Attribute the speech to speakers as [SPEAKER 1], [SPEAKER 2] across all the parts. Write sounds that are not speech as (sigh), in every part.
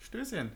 [SPEAKER 1] Stößchen.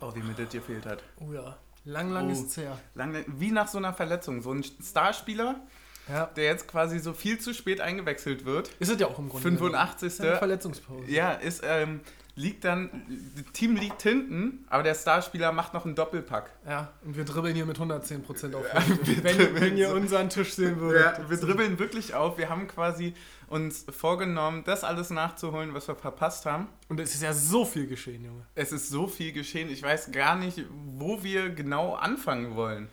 [SPEAKER 1] Oh, wie mir das gefehlt hat.
[SPEAKER 2] Oh ja, lang, lang
[SPEAKER 1] Oh.
[SPEAKER 2] ist's her.
[SPEAKER 1] Lange, wie nach so einer Verletzung. So ein Starspieler,
[SPEAKER 2] Ja.
[SPEAKER 1] der jetzt quasi so viel zu spät eingewechselt wird.
[SPEAKER 2] Ist es ja auch im Grunde.
[SPEAKER 1] 85.
[SPEAKER 2] genommen. Ist ja eine Verletzungspause.
[SPEAKER 1] Ja, ist, ähm, liegt dann, das Team liegt hinten, aber der Starspieler macht noch einen Doppelpack.
[SPEAKER 2] Ja, und wir dribbeln hier mit 110% auf. (laughs)
[SPEAKER 1] (laughs)
[SPEAKER 2] wenn, wenn
[SPEAKER 1] dribbeln
[SPEAKER 2] ihr
[SPEAKER 1] so.
[SPEAKER 2] unseren Tisch sehen würdet.
[SPEAKER 1] Wir, wir dribbeln wirklich auf. Wir haben quasi uns vorgenommen, das alles nachzuholen, was wir verpasst haben.
[SPEAKER 2] Und es ist ja so viel geschehen, Junge.
[SPEAKER 1] Es ist so viel geschehen. Ich weiß gar nicht, wo wir genau anfangen wollen.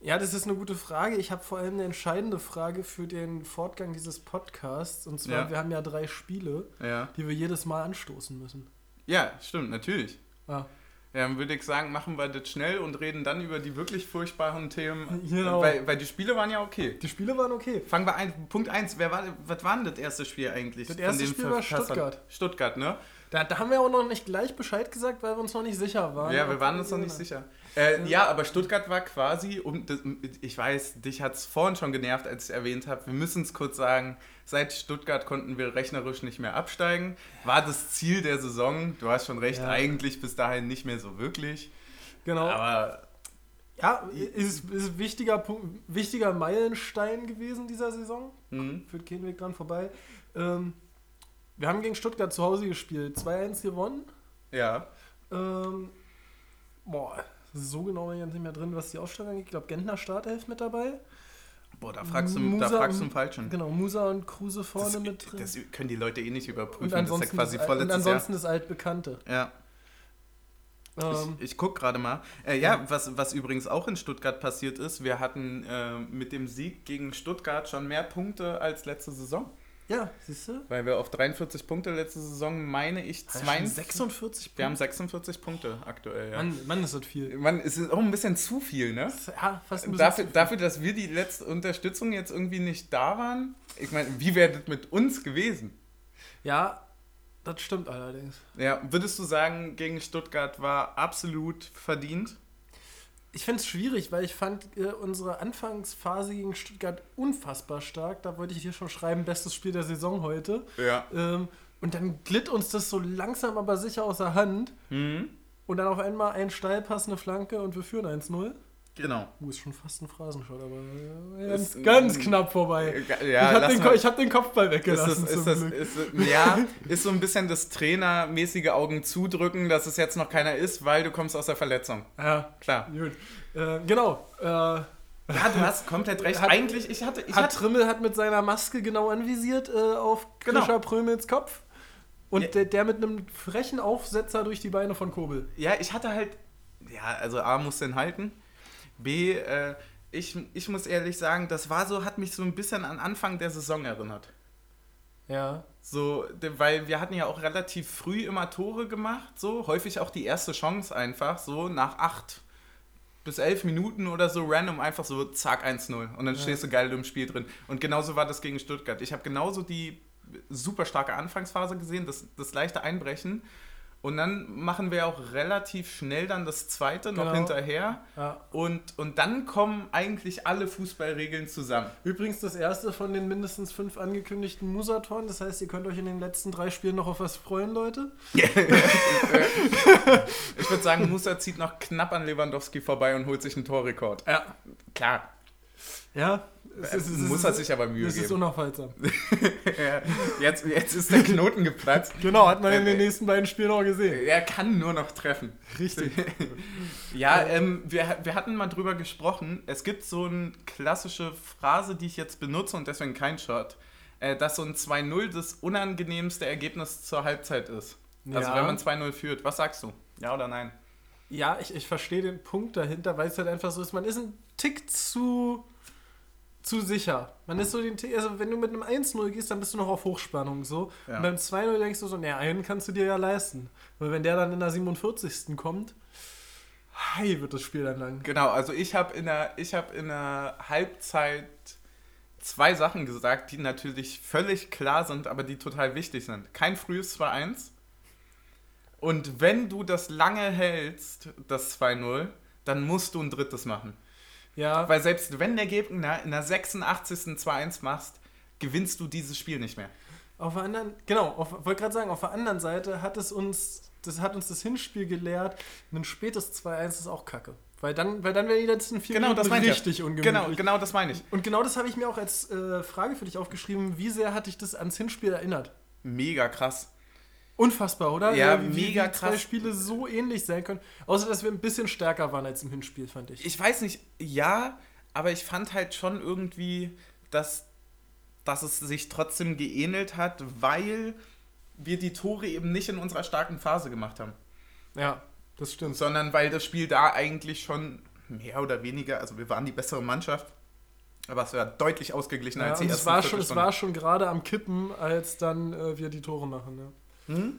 [SPEAKER 2] Ja, das ist eine gute Frage. Ich habe vor allem eine entscheidende Frage für den Fortgang dieses Podcasts. Und zwar,
[SPEAKER 1] Ja.
[SPEAKER 2] wir haben ja drei Spiele,
[SPEAKER 1] Ja,
[SPEAKER 2] die wir jedes Mal anstoßen müssen.
[SPEAKER 1] ja stimmt, natürlich.
[SPEAKER 2] Ah,
[SPEAKER 1] Ja, dann würde ich sagen, machen wir das schnell und reden dann über die wirklich furchtbaren Themen.
[SPEAKER 2] Genau.
[SPEAKER 1] Weil, weil die Spiele waren ja okay.
[SPEAKER 2] die Spiele waren okay.
[SPEAKER 1] Fangen wir an. Punkt 1. Wer war, was war denn das erste Spiel eigentlich?
[SPEAKER 2] Das
[SPEAKER 1] von
[SPEAKER 2] erste
[SPEAKER 1] den
[SPEAKER 2] Spiel war
[SPEAKER 1] Verfassern?
[SPEAKER 2] Stuttgart.
[SPEAKER 1] Stuttgart, ne?
[SPEAKER 2] Da, da haben wir auch noch nicht gleich Bescheid gesagt, weil wir uns noch nicht sicher waren.
[SPEAKER 1] Ja,
[SPEAKER 2] ob
[SPEAKER 1] wir waren uns noch nicht
[SPEAKER 2] gewinnen.
[SPEAKER 1] sicher. Äh, ja, aber Stuttgart war quasi, um, das, ich weiß, dich hat es vorhin schon genervt, als ich erwähnt habe, wir müssen es kurz sagen, seit Stuttgart konnten wir rechnerisch nicht mehr absteigen. War das Ziel der Saison, du hast schon recht,
[SPEAKER 2] Ja.
[SPEAKER 1] eigentlich bis dahin nicht mehr so wirklich.
[SPEAKER 2] Genau.
[SPEAKER 1] Aber
[SPEAKER 2] ja, ist, ist ein wichtiger, Punkt, wichtiger Meilenstein gewesen dieser Saison.
[SPEAKER 1] mh,
[SPEAKER 2] Führt keinen Weg dran vorbei. Ähm, wir haben gegen Stuttgart zu Hause gespielt. 2-1 gewonnen.
[SPEAKER 1] ja,
[SPEAKER 2] Ähm, boah, so genau bin ich jetzt nicht mehr drin, was die Aufstellung angeht. Ich glaube, Gentner Startelf mit dabei.
[SPEAKER 1] boah, da fragst du, da
[SPEAKER 2] Musa
[SPEAKER 1] fragst du
[SPEAKER 2] und-
[SPEAKER 1] einen Falschen.
[SPEAKER 2] Genau, Musa und Kruse vorne
[SPEAKER 1] Hm. Das,
[SPEAKER 2] mit drin.
[SPEAKER 1] das können die Leute eh nicht überprüfen,
[SPEAKER 2] und
[SPEAKER 1] das ist ja
[SPEAKER 2] ansonsten,
[SPEAKER 1] quasi
[SPEAKER 2] das, Al- und
[SPEAKER 1] vorletztes Jahr.
[SPEAKER 2] ansonsten das Altbekannte.
[SPEAKER 1] Ja.
[SPEAKER 2] Ähm,
[SPEAKER 1] Ich, ich gucke gerade mal. Äh, ja, was, was übrigens auch in Stuttgart passiert ist, wir hatten äh, mit dem Sieg gegen Stuttgart schon mehr Punkte als letzte Saison.
[SPEAKER 2] ja, siehst du?
[SPEAKER 1] Weil wir auf 43 Punkte letzte Saison, meine ich,
[SPEAKER 2] Hat er schon
[SPEAKER 1] 42.
[SPEAKER 2] 46
[SPEAKER 1] Wir haben 46 Punkte aktuell, ja.
[SPEAKER 2] Mann, Mann, ist das viel.
[SPEAKER 1] Mann, es ist auch ein bisschen zu viel, ne?
[SPEAKER 2] Das ist, Ja, fast ein bisschen
[SPEAKER 1] Dafür, dafür, dass wir die letzte Unterstützung jetzt irgendwie nicht da waren. Ich meine, wie wäre das mit uns gewesen?
[SPEAKER 2] Ja, das stimmt allerdings.
[SPEAKER 1] Ja, würdest du sagen, gegen Stuttgart war absolut verdient?
[SPEAKER 2] Ich finde es schwierig, weil ich fand äh, unsere Anfangsphase gegen Stuttgart unfassbar stark. Da wollte ich dir schon schreiben, bestes Spiel der Saison heute.
[SPEAKER 1] Ja.
[SPEAKER 2] Ähm, und dann glitt uns das so langsam aber sicher aus der Hand.
[SPEAKER 1] Mhm.
[SPEAKER 2] Und dann auf einmal ein Steilpass, eine Flanke und wir führen 1-0.
[SPEAKER 1] Genau.
[SPEAKER 2] Uh, ist schon fast ein Phrasenschott, aber äh,
[SPEAKER 1] Ist,
[SPEAKER 2] ganz, ganz
[SPEAKER 1] ähm,
[SPEAKER 2] knapp vorbei.
[SPEAKER 1] Ja,
[SPEAKER 2] ich habe
[SPEAKER 1] lass
[SPEAKER 2] den,
[SPEAKER 1] mal.
[SPEAKER 2] Ko- ich hab den Kopfball
[SPEAKER 1] Ist
[SPEAKER 2] weggelassen
[SPEAKER 1] das, ist
[SPEAKER 2] zum
[SPEAKER 1] das,
[SPEAKER 2] Glück.
[SPEAKER 1] ist, ja, ist so ein bisschen das trainermäßige Augen zudrücken, dass es jetzt noch keiner ist, weil du kommst aus der Verletzung.
[SPEAKER 2] Ja,
[SPEAKER 1] Klar.
[SPEAKER 2] gut. Äh, genau. Äh,
[SPEAKER 1] Ja, du hast komplett recht.
[SPEAKER 2] Hat-
[SPEAKER 1] Eigentlich, ich hatte, ich
[SPEAKER 2] hat
[SPEAKER 1] hatte
[SPEAKER 2] Trimmel hat mit seiner Maske genau anvisiert äh, auf
[SPEAKER 1] Genau.
[SPEAKER 2] Krischer Prömels Kopf. Und
[SPEAKER 1] Ja.
[SPEAKER 2] der, der mit einem frechen Aufsetzer durch die Beine von Kobel.
[SPEAKER 1] ja, ich hatte halt, ja, also A muss den halten, B, äh, ich, ich muss ehrlich sagen, das war so, hat mich so ein bisschen an Anfang der Saison erinnert.
[SPEAKER 2] Ja.
[SPEAKER 1] So, de- weil wir hatten ja auch relativ früh immer Tore gemacht, so häufig auch die erste Chance einfach, so nach acht bis elf Minuten oder so random einfach so zack 1-0 und dann
[SPEAKER 2] Ja.
[SPEAKER 1] stehst du geil im Spiel drin. Und genauso war das gegen Stuttgart. Ich habe genauso die super starke Anfangsphase gesehen, das, das leichte Einbrechen. Und dann machen wir auch relativ schnell dann das zweite noch
[SPEAKER 2] Genau.
[SPEAKER 1] hinterher.
[SPEAKER 2] ja.
[SPEAKER 1] Und, und dann kommen eigentlich alle Fußballregeln zusammen.
[SPEAKER 2] Übrigens das erste von den mindestens fünf angekündigten Musatoren. Das heißt, ihr könnt euch in den letzten drei Spielen noch auf was freuen, Leute.
[SPEAKER 1] Ich würde sagen, Musa zieht noch knapp an Lewandowski vorbei und holt sich einen Torrekord. Äh,
[SPEAKER 2] Ja.
[SPEAKER 1] Klar,
[SPEAKER 2] Ja. Es ist- es ist-
[SPEAKER 1] Äh, muss er sich aber Mühe
[SPEAKER 2] Das ist
[SPEAKER 1] geben. (laughs)
[SPEAKER 2] unaufhaltsam.
[SPEAKER 1] Ja, (laughs) jetzt, jetzt ist der Knoten geplatzt.
[SPEAKER 2] Genau, hat man
[SPEAKER 1] Äh,
[SPEAKER 2] in den nächsten beiden Spielen auch gesehen.
[SPEAKER 1] Er kann nur noch treffen.
[SPEAKER 2] Richtig.
[SPEAKER 1] (laughs) Ja, ähm, wir, wir hatten mal drüber gesprochen. Es gibt so eine klassische Phrase, die ich jetzt benutze und deswegen kein Shot, äh, dass so ein 2-0 das unangenehmste Ergebnis zur Halbzeit ist. Also
[SPEAKER 2] Ja.
[SPEAKER 1] wenn man 2-0 führt. Was sagst du? Ja oder nein?
[SPEAKER 2] Ja, ich, ich verstehe den Punkt dahinter, weil es halt einfach so ist, man ist ein Tick zu, zu sicher. Man ist so den Tick, also wenn du mit einem 1-0 gehst, dann bist du noch auf Hochspannung so.
[SPEAKER 1] Ja.
[SPEAKER 2] Und beim 2-0 denkst du so, naja, einen kannst du dir ja leisten. Aber wenn der dann in der 47. kommt, hei, wird das Spiel dann lang.
[SPEAKER 1] Genau, also ich habe in der ich habe in der Halbzeit zwei Sachen gesagt, die natürlich völlig klar sind, aber die total wichtig sind. Kein frühes 2-1. Und wenn du das lange hältst, das 2-0, dann musst du ein drittes machen.
[SPEAKER 2] Ja,
[SPEAKER 1] Weil selbst wenn der Gegner in der 86. 2-1 machst, gewinnst du dieses Spiel nicht mehr.
[SPEAKER 2] Auf der anderen, genau, auf- wollte gerade sagen, auf der anderen Seite hat es uns, das hat uns das Hinspiel gelehrt, ein spätes 2-1 ist auch Kacke. Weil dann, weil dann wäre die letzten vier
[SPEAKER 1] Genau, das
[SPEAKER 2] Minuten
[SPEAKER 1] meine ich.
[SPEAKER 2] richtig
[SPEAKER 1] ja.
[SPEAKER 2] ungemütlich.
[SPEAKER 1] Genau, genau das meine ich.
[SPEAKER 2] Und genau das habe ich mir auch als äh, Frage für dich aufgeschrieben. Wie sehr hat dich das ans Hinspiel erinnert?
[SPEAKER 1] Mega krass.
[SPEAKER 2] Unfassbar, oder? Äh,
[SPEAKER 1] Ja,
[SPEAKER 2] wie,
[SPEAKER 1] mega
[SPEAKER 2] wie die zwei
[SPEAKER 1] krass.
[SPEAKER 2] Spiele so ähnlich sein können. Außer, dass wir ein bisschen stärker waren als im Hinspiel, fand ich.
[SPEAKER 1] Ich weiß nicht, ja, aber ich fand halt schon irgendwie, dass, dass es sich trotzdem geähnelt hat, weil wir die Tore eben nicht in unserer starken Phase gemacht haben.
[SPEAKER 2] Ja, das stimmt.
[SPEAKER 1] sondern weil das Spiel da eigentlich schon mehr oder weniger, also wir waren die bessere Mannschaft, aber es war deutlich ausgeglichener
[SPEAKER 2] Ja,
[SPEAKER 1] als
[SPEAKER 2] und
[SPEAKER 1] die
[SPEAKER 2] es,
[SPEAKER 1] erste
[SPEAKER 2] war schon, es
[SPEAKER 1] Viertelstunde.
[SPEAKER 2] war schon gerade am Kippen, als dann äh, wir die Tore machen. Ja.
[SPEAKER 1] Hm?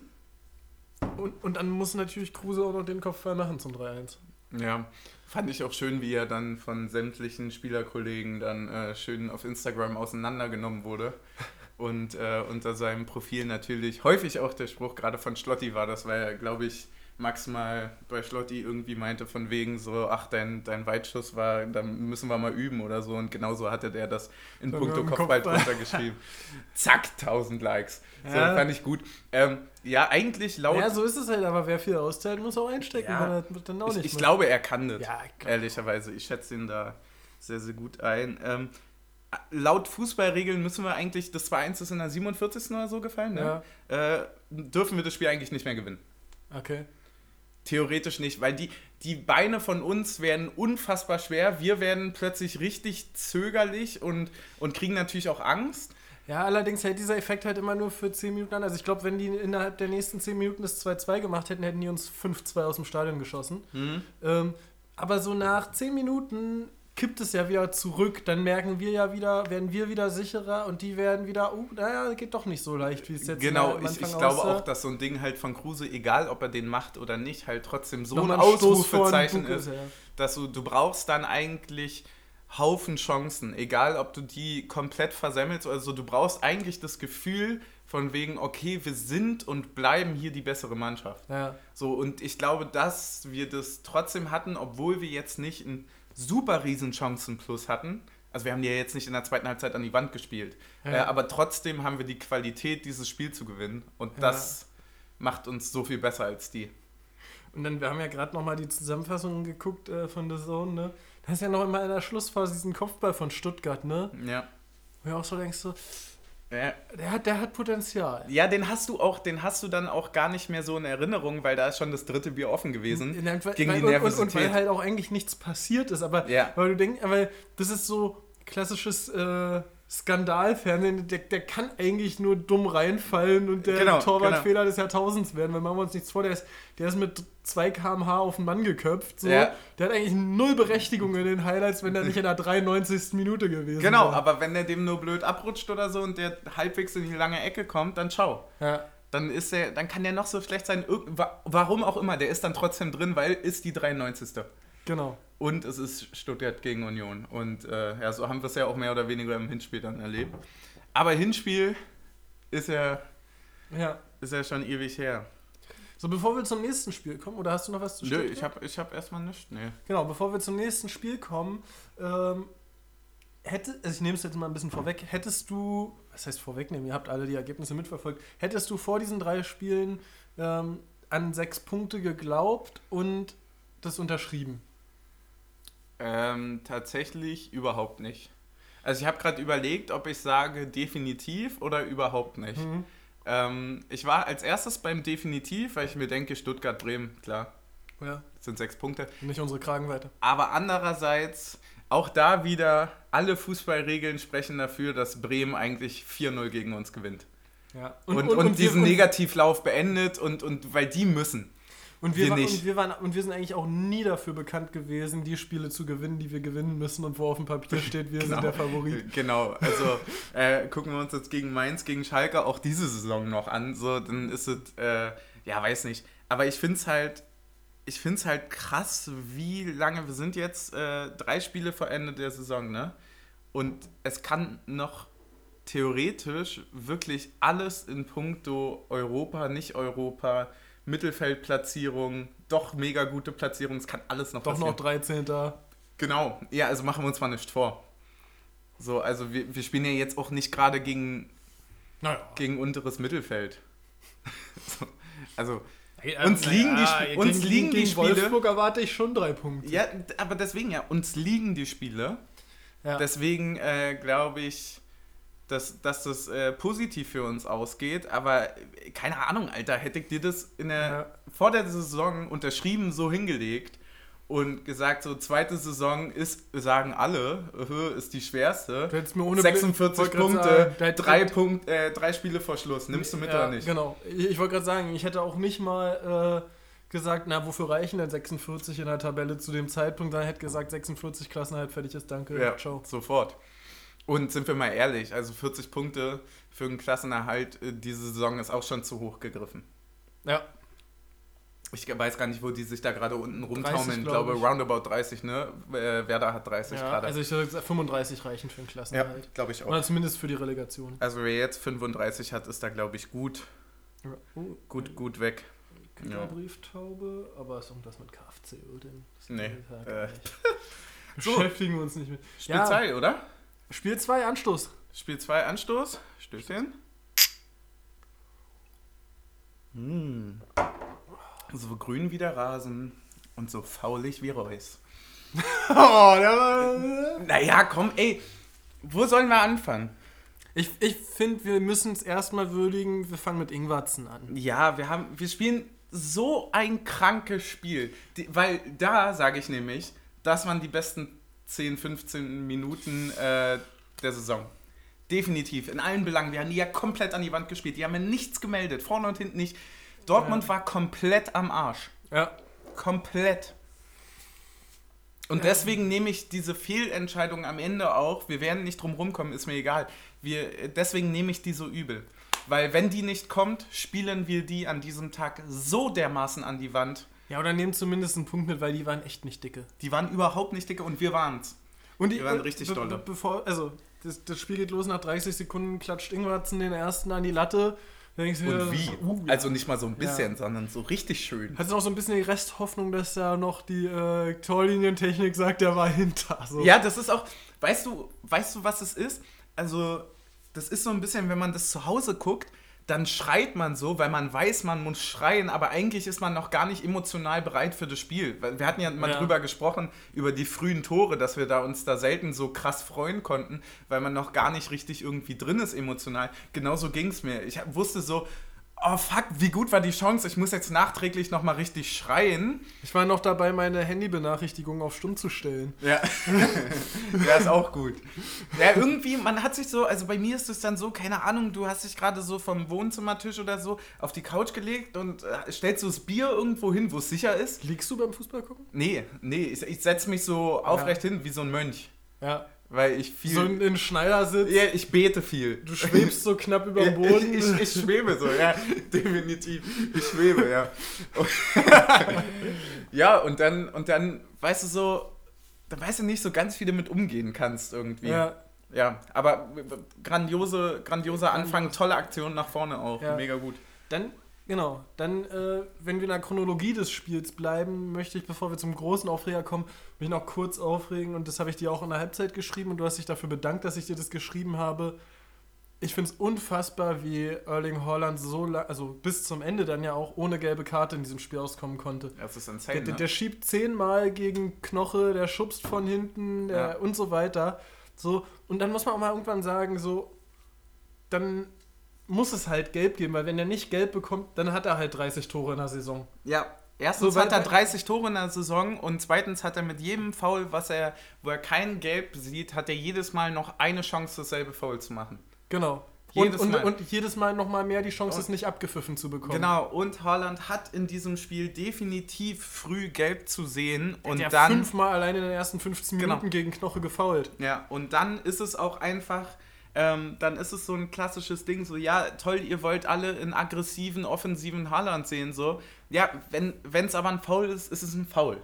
[SPEAKER 2] Und, und dann muss natürlich Kruse auch noch den Kopfball machen zum 3-1.
[SPEAKER 1] Ja, fand ich auch schön, wie er dann von sämtlichen Spielerkollegen dann äh, schön auf Instagram auseinandergenommen
[SPEAKER 2] (laughs)
[SPEAKER 1] wurde. Und äh, unter seinem Profil natürlich häufig auch der Spruch, gerade von Schlotti war das, weil er, glaube ich, Max mal bei Schlotti irgendwie meinte von wegen so, ach, dein, dein Weitschuss war, da müssen wir mal üben oder so. Und genauso hatte der das in
[SPEAKER 2] Dann
[SPEAKER 1] puncto
[SPEAKER 2] mit dem (laughs)
[SPEAKER 1] Kopfball
[SPEAKER 2] Kopfball.
[SPEAKER 1] drunter geschrieben. Zack, 1000 Likes. So,
[SPEAKER 2] Ja.
[SPEAKER 1] fand ich gut. Ähm, ja, eigentlich laut...
[SPEAKER 2] Ja, so ist es halt, aber wer viel austeilt, muss auch einstecken.
[SPEAKER 1] Ja.
[SPEAKER 2] Kann er das dann auch
[SPEAKER 1] ich
[SPEAKER 2] nicht
[SPEAKER 1] ich
[SPEAKER 2] machen.
[SPEAKER 1] glaube, er kann das.
[SPEAKER 2] Ja, klar.
[SPEAKER 1] Ehrlicherweise, ich schätze ihn da sehr, sehr gut ein. Ähm, laut Fußballregeln müssen wir eigentlich, das 2-1 ist in der 47. oder so gefallen, ne? äh, dürfen wir das Spiel eigentlich nicht mehr gewinnen.
[SPEAKER 2] Ja, okay.
[SPEAKER 1] Theoretisch nicht, weil die, die Beine von uns werden unfassbar schwer. Wir werden plötzlich richtig zögerlich und, und kriegen natürlich auch Angst.
[SPEAKER 2] Ja, allerdings hält dieser Effekt halt immer nur für 10 Minuten an. Also ich glaube, wenn die innerhalb der nächsten 10 Minuten das 2-2 gemacht hätten, hätten die uns 5-2 aus dem Stadion geschossen.
[SPEAKER 1] Mhm.
[SPEAKER 2] Ähm, aber so nach 10 Minuten kippt es ja wieder zurück. Dann merken wir ja wieder, werden wir wieder sicherer und die werden wieder, oh, naja, geht doch nicht so leicht, wie es jetzt
[SPEAKER 1] genau,
[SPEAKER 2] am
[SPEAKER 1] ich,
[SPEAKER 2] Anfang
[SPEAKER 1] ich glaube
[SPEAKER 2] aussah.
[SPEAKER 1] auch, dass so ein Ding halt von Kruse, egal ob er den macht oder nicht, halt trotzdem so ein
[SPEAKER 2] Nochmal ein Stoß vor
[SPEAKER 1] Ausrufezeichen
[SPEAKER 2] den Bug
[SPEAKER 1] ist. dass du, du brauchst dann eigentlich Haufen Chancen, egal ob du die komplett versemmelst oder so, du brauchst eigentlich das Gefühl von wegen, okay, wir sind und bleiben hier die bessere Mannschaft.
[SPEAKER 2] Ja. ja.
[SPEAKER 1] So, und ich glaube, dass wir das trotzdem hatten, obwohl wir jetzt nicht einen super riesen Chancenplus hatten. Also wir haben die ja jetzt nicht in der zweiten Halbzeit an die Wand gespielt.
[SPEAKER 2] Ja.
[SPEAKER 1] Äh, aber trotzdem haben wir die Qualität, dieses Spiel zu gewinnen. Und
[SPEAKER 2] Ja.
[SPEAKER 1] das macht uns so viel besser als die.
[SPEAKER 2] Und dann, wir haben ja gerade nochmal die Zusammenfassung geguckt äh, von The Zone, ne? Da ist ja noch immer in der Schlussphase diesen Kopfball von Stuttgart, ne?
[SPEAKER 1] Ja.
[SPEAKER 2] Wo ja auch so denkst du,
[SPEAKER 1] ja.
[SPEAKER 2] der hat, der hat Potenzial.
[SPEAKER 1] Ja, den hast du auch, den hast du dann auch gar nicht mehr so in Erinnerung, weil da ist schon das dritte Bier offen gewesen.
[SPEAKER 2] Nein, weil,
[SPEAKER 1] Mhm. gegen
[SPEAKER 2] weil,
[SPEAKER 1] die
[SPEAKER 2] und, und, und weil
[SPEAKER 1] Nervosität.
[SPEAKER 2] halt auch eigentlich nichts passiert ist, aber
[SPEAKER 1] Ja.
[SPEAKER 2] weil du denkst, weil das ist so klassisches äh, Skandalfernsehen, der, der kann eigentlich nur dumm reinfallen und der
[SPEAKER 1] Genau,
[SPEAKER 2] Torwartfehler des Jahrtausends werden, weil machen wir uns nichts vor, der ist, der ist mit 2 km/h auf den Mann geköpft, so.
[SPEAKER 1] Ja.
[SPEAKER 2] der hat eigentlich null Berechtigung in den Highlights, wenn der nicht in der 93. Minute gewesen
[SPEAKER 1] Genau,
[SPEAKER 2] wäre.
[SPEAKER 1] aber wenn der dem nur blöd abrutscht oder so und der halbwegs in die lange Ecke kommt, dann schau.
[SPEAKER 2] Ja.
[SPEAKER 1] Dann ist der, dann kann der noch so schlecht sein. Irgend, wa- warum auch immer, der ist dann trotzdem drin, weil ist die 93.
[SPEAKER 2] Genau.
[SPEAKER 1] Und es ist Stuttgart gegen Union. Und äh, ja, so haben wir es ja auch mehr oder weniger im Hinspiel dann erlebt. Aber Hinspiel ist ja,
[SPEAKER 2] Ja.
[SPEAKER 1] ist ja schon ewig her.
[SPEAKER 2] So, bevor wir zum nächsten Spiel kommen, oder hast du noch was zu
[SPEAKER 1] Nö,
[SPEAKER 2] Stuttgart?
[SPEAKER 1] ich hab, ich hab erstmal nichts. Nee.
[SPEAKER 2] Genau, bevor wir zum nächsten Spiel kommen, ähm, hätte, also ich nehme es jetzt mal ein bisschen vorweg, hättest du, was heißt vorwegnehmen, ihr habt alle die Ergebnisse mitverfolgt, hättest du vor diesen drei Spielen ähm, an sechs Punkte geglaubt und das unterschrieben?
[SPEAKER 1] Ähm, tatsächlich überhaupt nicht. Also ich habe gerade überlegt, ob ich sage definitiv oder überhaupt nicht.
[SPEAKER 2] Mhm.
[SPEAKER 1] Ähm, ich war als erstes beim definitiv, weil ich mir denke, Stuttgart-Bremen, klar,
[SPEAKER 2] Ja,
[SPEAKER 1] das sind sechs Punkte.
[SPEAKER 2] nicht unsere Kragenweite.
[SPEAKER 1] Aber andererseits, auch da wieder, alle Fußballregeln sprechen dafür, dass Bremen eigentlich 4-0 gegen uns gewinnt.
[SPEAKER 2] Ja.
[SPEAKER 1] Und, und, diesen
[SPEAKER 2] wir,
[SPEAKER 1] Negativlauf beendet und, und weil die müssen.
[SPEAKER 2] und wir,
[SPEAKER 1] wir
[SPEAKER 2] wa-
[SPEAKER 1] nicht.
[SPEAKER 2] Und wir, waren, und wir sind eigentlich auch nie dafür bekannt gewesen, die Spiele zu gewinnen, die wir gewinnen müssen und wo auf
[SPEAKER 1] (laughs)
[SPEAKER 2] dem Papier steht, wir sind der Favorit.
[SPEAKER 1] Genau, also äh, gucken wir uns jetzt gegen Mainz, gegen Schalke auch diese Saison noch an. So, dann ist es, äh, ja, weiß nicht. Aber ich finde es halt, ich finde es halt krass, wie lange, wir sind jetzt äh, drei Spiele vor Ende der Saison, ne? Und es kann noch theoretisch wirklich alles in puncto Europa, nicht Europa, Mittelfeldplatzierung, doch mega gute Platzierung, es kann alles noch
[SPEAKER 2] Doch
[SPEAKER 1] passieren.
[SPEAKER 2] noch 13.
[SPEAKER 1] Genau, ja, also machen wir uns mal nicht vor. So, also wir, wir spielen ja jetzt auch nicht gerade gegen
[SPEAKER 2] Naja.
[SPEAKER 1] gegen unteres Mittelfeld. (laughs) So, also,
[SPEAKER 2] Ja,
[SPEAKER 1] Uns liegen die Sp-
[SPEAKER 2] ähm, ja,
[SPEAKER 1] uns
[SPEAKER 2] gegen-
[SPEAKER 1] liegen die
[SPEAKER 2] gegen
[SPEAKER 1] Spiele.
[SPEAKER 2] Wolfsburg erwarte ich schon drei Punkte.
[SPEAKER 1] ja, d- aber deswegen ja, uns liegen die Spiele.
[SPEAKER 2] Ja.
[SPEAKER 1] Deswegen äh, glaube ich, dass, dass das äh, positiv für uns ausgeht. Aber äh, keine Ahnung, Alter, hätte ich dir das in der,
[SPEAKER 2] Ja.
[SPEAKER 1] vor der Saison unterschrieben so hingelegt und gesagt, so zweite Saison ist, sagen alle, (laughs) äh, ist die schwerste.
[SPEAKER 2] Du hättest mir ohne Blick-
[SPEAKER 1] 46
[SPEAKER 2] wollte grad
[SPEAKER 1] Punkte,
[SPEAKER 2] sagen, da hätte-
[SPEAKER 1] drei, Punkt, äh, drei Spiele vor Schluss. Nimmst du mit
[SPEAKER 2] ja,
[SPEAKER 1] oder nicht?
[SPEAKER 2] Genau. Ich, ich wollte gerade sagen, ich hätte auch nicht mal äh, gesagt, na, wofür reichen denn 46 in der Tabelle zu dem Zeitpunkt? Dann hätte gesagt, 46 Klassen halt fertig ist, danke,
[SPEAKER 1] Ja,
[SPEAKER 2] ciao.
[SPEAKER 1] sofort. Und sind wir mal ehrlich, also 40 Punkte für einen Klassenerhalt äh, diese Saison ist auch schon zu hoch gegriffen.
[SPEAKER 2] Ja,
[SPEAKER 1] Ich weiß gar nicht, wo die sich da gerade unten
[SPEAKER 2] 30,
[SPEAKER 1] rumtaumeln. Ich
[SPEAKER 2] glaub
[SPEAKER 1] glaube,
[SPEAKER 2] ich.
[SPEAKER 1] roundabout 30, ne? Äh, Werder hat 30
[SPEAKER 2] ja
[SPEAKER 1] gerade.
[SPEAKER 2] also ich würde sagen, 35 reichen für den
[SPEAKER 1] ja,
[SPEAKER 2] Klassenerhalt.
[SPEAKER 1] glaube ich auch.
[SPEAKER 2] Oder zumindest für die Relegation.
[SPEAKER 1] Also wer jetzt 35 hat, ist da, glaube ich, gut,
[SPEAKER 2] Oh,
[SPEAKER 1] gut, gut weg.
[SPEAKER 2] Kinderbrieftaube, aber ist irgendwas mit KFC, oder? Das
[SPEAKER 1] Nee,
[SPEAKER 2] geht halt
[SPEAKER 1] äh. (laughs)
[SPEAKER 2] nicht.
[SPEAKER 1] So.
[SPEAKER 2] Beschäftigen wir uns nicht mit.
[SPEAKER 1] Spiel
[SPEAKER 2] Ja.
[SPEAKER 1] 2, oder?
[SPEAKER 2] Spiel 2, Anstoß.
[SPEAKER 1] Spiel 2, Anstoß. Stößchen.
[SPEAKER 2] Hm.
[SPEAKER 1] Mm. So grün wie der Rasen und so faulig wie Reus.
[SPEAKER 2] (laughs) Oh, der war...
[SPEAKER 1] Naja, komm, ey. Wo sollen wir anfangen?
[SPEAKER 2] Ich, ich finde, wir müssen es erstmal würdigen. Wir fangen mit Ingwarzen an.
[SPEAKER 1] Ja, wir haben, wir spielen so ein krankes Spiel. Die, weil da sage ich nämlich, das waren die besten 10, 15 Minuten äh, der Saison. Definitiv, in allen Belangen. Wir haben die ja komplett an die Wand gespielt. Die haben ja nichts gemeldet, vorne und hinten nicht. Dortmund war komplett am Arsch.
[SPEAKER 2] Ja.
[SPEAKER 1] Komplett. Und deswegen nehme ich diese Fehlentscheidung am Ende auch, wir werden nicht drum rumkommen, ist mir egal. Wir, deswegen nehme ich die so übel. Weil wenn die nicht kommt, spielen wir die an diesem Tag so dermaßen an die Wand.
[SPEAKER 2] Ja, oder nehmen zumindest einen Punkt mit, weil die waren echt nicht dicke.
[SPEAKER 1] Die waren überhaupt nicht dicke und wir waren's.
[SPEAKER 2] Und äh,
[SPEAKER 1] Die waren richtig ne?
[SPEAKER 2] be-
[SPEAKER 1] dolle.
[SPEAKER 2] be- Bevor, also, das, das Spiel geht los, nach 30 Sekunden klatscht Ingwarzen den ersten an die Latte. Dann denkst du dir,
[SPEAKER 1] Und wie?
[SPEAKER 2] Uh, ja.
[SPEAKER 1] Also nicht mal so ein bisschen, sondern so richtig schön.
[SPEAKER 2] Hast du noch so ein bisschen die Resthoffnung, dass da noch die äh, Torlinientechnik sagt, der war (laughs) hinter. So.
[SPEAKER 1] Ja, das ist auch, weißt du, weißt du, was es ist? Also, das ist so ein bisschen, wenn man das zu Hause guckt, dann schreit man so, weil man weiß, man muss schreien, aber eigentlich ist man noch gar nicht emotional bereit für das Spiel. Weil Wir hatten ja mal
[SPEAKER 2] Ja.
[SPEAKER 1] drüber gesprochen, über die frühen Tore, dass wir da uns da selten so krass freuen konnten, weil man noch gar nicht richtig irgendwie drin ist emotional. Genauso ging es mir. Ich hab- wusste so, oh fuck, wie gut war die Chance, ich muss jetzt nachträglich nochmal richtig schreien.
[SPEAKER 2] Ich war noch dabei, meine Handybenachrichtigung auf Stumm zu stellen.
[SPEAKER 1] Ja. (laughs) ja, ist auch gut. Ja, irgendwie, man hat sich so, also bei mir ist es dann so, keine Ahnung, du hast dich gerade so vom Wohnzimmertisch oder so auf die Couch gelegt und äh, stellst so das Bier irgendwo hin, wo es sicher ist.
[SPEAKER 2] Liegst du beim Fußball gucken?
[SPEAKER 1] Nee, nee, ich, ich setze mich so aufrecht hin wie so ein Mönch,
[SPEAKER 2] Ja.
[SPEAKER 1] weil ich viel.
[SPEAKER 2] So in, in Schneidersitz.
[SPEAKER 1] ja, ich bete viel.
[SPEAKER 2] Du schwebst
[SPEAKER 1] (laughs)
[SPEAKER 2] so knapp über
[SPEAKER 1] Ja,
[SPEAKER 2] dem Boden.
[SPEAKER 1] Ich, ich, ich schwebe so, ja, (laughs) definitiv. Ich schwebe, ja. (laughs) ja, und dann, und dann, weißt du so, dann weißt du nicht so ganz, wie du mit umgehen kannst irgendwie.
[SPEAKER 2] ja.
[SPEAKER 1] Ja, aber grandiose, grandioser Anfang, tolle Aktion nach vorne auch.
[SPEAKER 2] Ja.
[SPEAKER 1] Mega gut.
[SPEAKER 2] Dann, genau, dann, äh, wenn wir in der Chronologie des Spiels bleiben, möchte ich, bevor wir zum großen Aufreger kommen, mich noch kurz aufregen. Und das habe ich dir auch in der Halbzeit geschrieben und du hast dich dafür bedankt, dass ich dir das geschrieben habe. Ich finde es unfassbar, wie Erling Haaland so lang, also bis zum Ende dann ja auch ohne gelbe Karte in diesem Spiel auskommen konnte.
[SPEAKER 1] Das ist insane.
[SPEAKER 2] Der, der,
[SPEAKER 1] Ne?
[SPEAKER 2] der schiebt zehnmal gegen Knoche, der schubst von hinten der,
[SPEAKER 1] Ja.
[SPEAKER 2] und so weiter. So, und dann muss man auch mal irgendwann sagen, so, dann muss es halt gelb geben, weil wenn er nicht gelb bekommt, dann hat er halt 30 Tore in der Saison.
[SPEAKER 1] ja. Erstens
[SPEAKER 2] So, weil-
[SPEAKER 1] hat er 30 Tore in der Saison und zweitens hat er mit jedem Foul, was er, wo er kein Gelb sieht, hat er jedes Mal noch eine Chance, dasselbe Foul zu machen.
[SPEAKER 2] Genau.
[SPEAKER 1] Jedes
[SPEAKER 2] und,
[SPEAKER 1] Mal.
[SPEAKER 2] Und, und jedes Mal nochmal mehr die Chance,
[SPEAKER 1] Und-
[SPEAKER 2] es nicht abgepfiffen zu bekommen.
[SPEAKER 1] Genau, und Haaland hat in diesem Spiel definitiv früh gelb zu sehen und
[SPEAKER 2] Und der
[SPEAKER 1] dann
[SPEAKER 2] fünfmal allein in den ersten 15
[SPEAKER 1] Genau.
[SPEAKER 2] Minuten gegen Knoche gefault.
[SPEAKER 1] Ja, und dann ist es auch einfach, ähm, dann ist es so ein klassisches Ding, so, ja, toll, ihr wollt alle einen aggressiven, offensiven Haaland sehen, so. Ja, wenn es aber ein Foul ist, ist es ein Foul.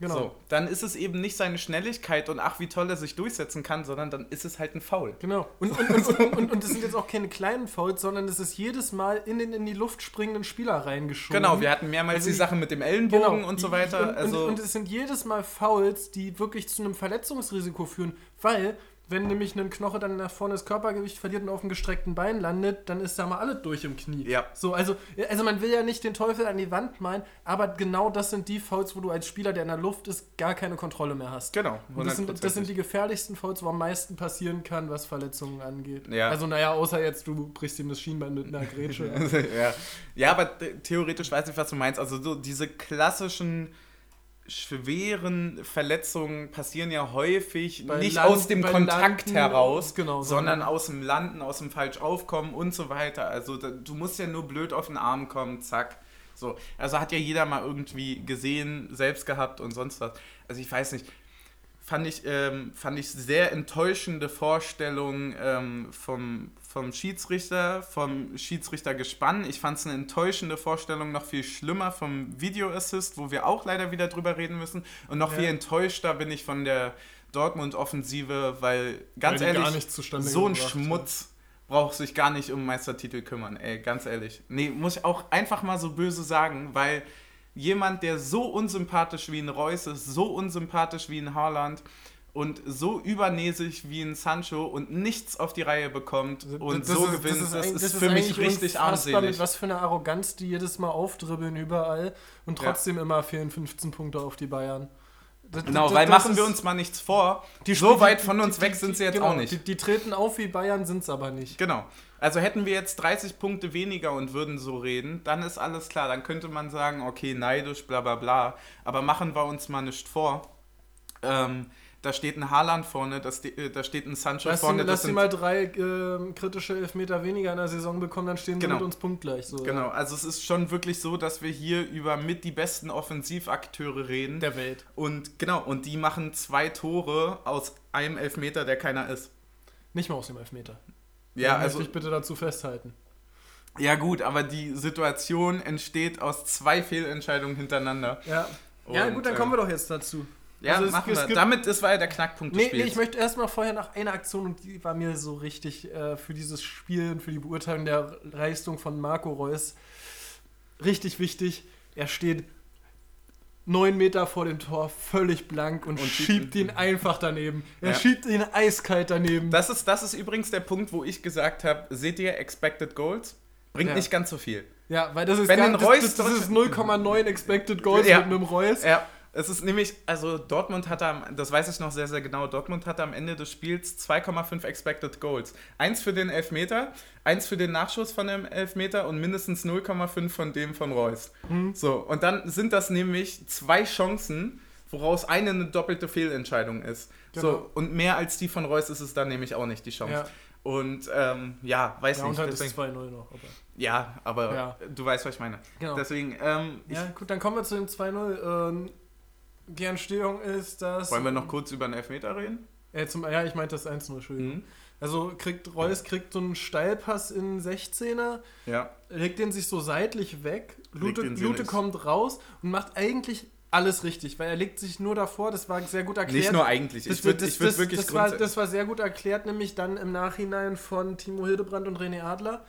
[SPEAKER 2] Genau.
[SPEAKER 1] So, dann ist es eben nicht seine Schnelligkeit und ach, wie toll er sich durchsetzen kann, sondern dann ist es halt ein Foul.
[SPEAKER 2] Genau. Und, und, und, und, und, und das sind jetzt auch keine kleinen Fouls, sondern es ist jedes Mal in den in die Luft springenden Spieler reingeschoben.
[SPEAKER 1] Genau, wir hatten mehrmals
[SPEAKER 2] Also
[SPEAKER 1] die
[SPEAKER 2] ich-
[SPEAKER 1] Sache mit dem Ellenbogen und so
[SPEAKER 2] Und-
[SPEAKER 1] weiter.
[SPEAKER 2] Und,
[SPEAKER 1] also,
[SPEAKER 2] und es sind jedes Mal Fouls, die wirklich zu einem Verletzungsrisiko führen, weil Wenn nämlich ein Knoche dann nach vorne das Körpergewicht verliert und auf dem gestreckten Bein landet, dann ist da mal alles durch im Knie.
[SPEAKER 1] Ja.
[SPEAKER 2] So, also, also man will ja nicht den Teufel an die Wand malen, aber genau das sind die Fouls, wo du als Spieler, der in der Luft ist, gar keine Kontrolle mehr hast.
[SPEAKER 1] Genau.
[SPEAKER 2] Und das sind, das sind
[SPEAKER 1] 100%.
[SPEAKER 2] die gefährlichsten Fouls, wo am meisten passieren kann, was Verletzungen angeht.
[SPEAKER 1] Ja.
[SPEAKER 2] Also naja, außer jetzt, du brichst ihm das Schienbein mit
[SPEAKER 1] (laughs)
[SPEAKER 2] einer Grätsche.
[SPEAKER 1] Also, ja. ja, aber the- theoretisch weiß ich, was du meinst. Also so diese klassischen schweren Verletzungen passieren ja häufig
[SPEAKER 2] Bei
[SPEAKER 1] nicht
[SPEAKER 2] Land-
[SPEAKER 1] aus dem
[SPEAKER 2] bei
[SPEAKER 1] Kontakt
[SPEAKER 2] Landen,
[SPEAKER 1] heraus,
[SPEAKER 2] genau,
[SPEAKER 1] sondern
[SPEAKER 2] sondern-
[SPEAKER 1] aus dem Landen, aus dem falsch aufkommen und so weiter. Also da, du musst ja nur blöd auf den Arm kommen, zack. So, also hat ja jeder mal irgendwie gesehen, selbst gehabt und sonst was. Also ich weiß nicht, fand ich, ähm, fand ich sehr enttäuschende Vorstellung ähm, vom, vom Schiedsrichter, vom Schiedsrichtergespann. Ich fand es eine enttäuschende Vorstellung noch viel schlimmer vom Videoassist, wo wir auch leider wieder drüber reden müssen. Und noch
[SPEAKER 2] Ja.
[SPEAKER 1] viel enttäuschter bin ich von der Dortmund-Offensive, weil ganz
[SPEAKER 2] Weil die
[SPEAKER 1] ehrlich,
[SPEAKER 2] gar nichts zustande
[SPEAKER 1] so ein
[SPEAKER 2] gebracht hat.
[SPEAKER 1] Schmutz braucht sich gar nicht um Meistertitel kümmern, ey, ganz ehrlich. Nee, muss ich auch einfach mal so böse sagen, weil jemand, der so unsympathisch wie ein Reus ist, so unsympathisch wie ein Haaland und so übernäsig wie ein Sancho und nichts auf die Reihe bekommt und
[SPEAKER 2] Das
[SPEAKER 1] so
[SPEAKER 2] ist-
[SPEAKER 1] gewinnt, das ist,
[SPEAKER 2] eigentlich-
[SPEAKER 1] für mich
[SPEAKER 2] eigentlich
[SPEAKER 1] richtig
[SPEAKER 2] unfassbar,
[SPEAKER 1] armselig.
[SPEAKER 2] Mit was für einer Arroganz die jedes Mal aufdribbeln überall und
[SPEAKER 1] Ja.
[SPEAKER 2] trotzdem immer fehlen 15 Punkte auf die Bayern. Das-
[SPEAKER 1] Genau,
[SPEAKER 2] das-
[SPEAKER 1] weil
[SPEAKER 2] das
[SPEAKER 1] machen wir
[SPEAKER 2] ist-
[SPEAKER 1] uns mal nichts vor,
[SPEAKER 2] die
[SPEAKER 1] so
[SPEAKER 2] die-
[SPEAKER 1] weit
[SPEAKER 2] die-
[SPEAKER 1] von uns
[SPEAKER 2] die-
[SPEAKER 1] weg
[SPEAKER 2] die-
[SPEAKER 1] sind sie jetzt
[SPEAKER 2] genau,
[SPEAKER 1] auch nicht.
[SPEAKER 2] Die, die treten auf wie Bayern, sind es aber nicht.
[SPEAKER 1] Genau. Also hätten wir jetzt 30 Punkte weniger und würden so reden, dann ist alles klar. Dann könnte man sagen, okay, neidisch, bla bla bla. Aber machen wir uns mal nicht vor. Ähm, da steht ein Haaland vorne, das, äh, da steht ein Sancho
[SPEAKER 2] Lass, die,
[SPEAKER 1] vorne.
[SPEAKER 2] lass
[SPEAKER 1] das
[SPEAKER 2] die
[SPEAKER 1] sind-
[SPEAKER 2] mal drei ähm, kritische Elfmeter weniger in der Saison bekommen, dann stehen
[SPEAKER 1] Genau.
[SPEAKER 2] sie mit uns punktgleich. So.
[SPEAKER 1] genau, also es ist schon wirklich so, dass wir hier über mit die besten Offensivakteure reden.
[SPEAKER 2] Der Welt.
[SPEAKER 1] Und genau, und die machen zwei Tore aus einem Elfmeter, der keiner ist.
[SPEAKER 2] Nicht mal aus dem Elfmeter.
[SPEAKER 1] Ja,
[SPEAKER 2] Das
[SPEAKER 1] also
[SPEAKER 2] möchte ich bitte dazu festhalten.
[SPEAKER 1] ja gut, aber die Situation entsteht aus zwei Fehlentscheidungen hintereinander.
[SPEAKER 2] Ja. ja,
[SPEAKER 1] Und,
[SPEAKER 2] gut, dann
[SPEAKER 1] ähm,
[SPEAKER 2] kommen wir doch jetzt dazu.
[SPEAKER 1] Ja,
[SPEAKER 2] Also es-
[SPEAKER 1] machen
[SPEAKER 2] es
[SPEAKER 1] wir.
[SPEAKER 2] gibt-
[SPEAKER 1] Damit, das war ja der Knackpunkt
[SPEAKER 2] Nee,
[SPEAKER 1] des
[SPEAKER 2] nee,
[SPEAKER 1] Spiels.
[SPEAKER 2] ich möchte erstmal vorher nach einer Aktion und die war mir so richtig äh, für dieses Spiel und für die Beurteilung der Leistung von Marco Reus richtig wichtig. Er steht neun Meter vor dem Tor, völlig blank und,
[SPEAKER 1] Und schiebt
[SPEAKER 2] schiebt ihn einfach daneben. Er
[SPEAKER 1] Ja.
[SPEAKER 2] schiebt ihn eiskalt daneben.
[SPEAKER 1] das, ist, das ist übrigens der Punkt, wo ich gesagt habe, seht ihr, Expected Goals bringt
[SPEAKER 2] Ja.
[SPEAKER 1] nicht ganz so viel.
[SPEAKER 2] ja, weil das ist,
[SPEAKER 1] Wenn
[SPEAKER 2] gar,
[SPEAKER 1] ein
[SPEAKER 2] das,
[SPEAKER 1] Reus
[SPEAKER 2] das, das
[SPEAKER 1] durch-
[SPEAKER 2] ist 0,9 Expected Goals
[SPEAKER 1] Ja.
[SPEAKER 2] mit einem Reus.
[SPEAKER 1] Ja, es ist nämlich, also Dortmund hatte, am, das weiß ich noch sehr, sehr genau, Dortmund hatte am Ende des Spiels 2,5 Expected Goals. Eins für den Elfmeter, eins für den Nachschuss von dem Elfmeter und mindestens 0,5 von dem von Reus.
[SPEAKER 2] Hm.
[SPEAKER 1] So, und dann sind das nämlich zwei Chancen, woraus eine eine doppelte Fehlentscheidung ist. So,
[SPEAKER 2] Genau.
[SPEAKER 1] und mehr als die von Reus ist es dann nämlich auch nicht, die Chance.
[SPEAKER 2] Ja.
[SPEAKER 1] Und ähm, ja, weiß
[SPEAKER 2] Ja, und
[SPEAKER 1] nicht.
[SPEAKER 2] dann ist
[SPEAKER 1] Deswegen,
[SPEAKER 2] 2-0 noch. Aber.
[SPEAKER 1] ja, aber
[SPEAKER 2] Ja.
[SPEAKER 1] du weißt, was ich meine.
[SPEAKER 2] Genau.
[SPEAKER 1] Deswegen, ähm, ich,
[SPEAKER 2] Ja, gut, dann kommen wir zu dem 2-0. Ähm, die Entstehung ist, dass.
[SPEAKER 1] wollen wir noch kurz über einen Elfmeter reden?
[SPEAKER 2] Äh, zum, ja, ich meinte das 1-0, Entschuldigung.
[SPEAKER 1] Mhm.
[SPEAKER 2] Also kriegt Reus kriegt so einen Steilpass in 16er,
[SPEAKER 1] Ja.
[SPEAKER 2] legt den sich so seitlich weg, Lute,
[SPEAKER 1] den so
[SPEAKER 2] Lute
[SPEAKER 1] nicht.
[SPEAKER 2] kommt raus und macht eigentlich alles richtig, weil er legt sich nur davor, das war sehr gut erklärt.
[SPEAKER 1] Nicht nur eigentlich.
[SPEAKER 2] das,
[SPEAKER 1] Ich würde
[SPEAKER 2] das-
[SPEAKER 1] ich würd
[SPEAKER 2] das,
[SPEAKER 1] wirklich
[SPEAKER 2] das, war,
[SPEAKER 1] grundsätzlich.
[SPEAKER 2] das war sehr gut erklärt, nämlich dann im Nachhinein von Timo Hildebrand und René Adler.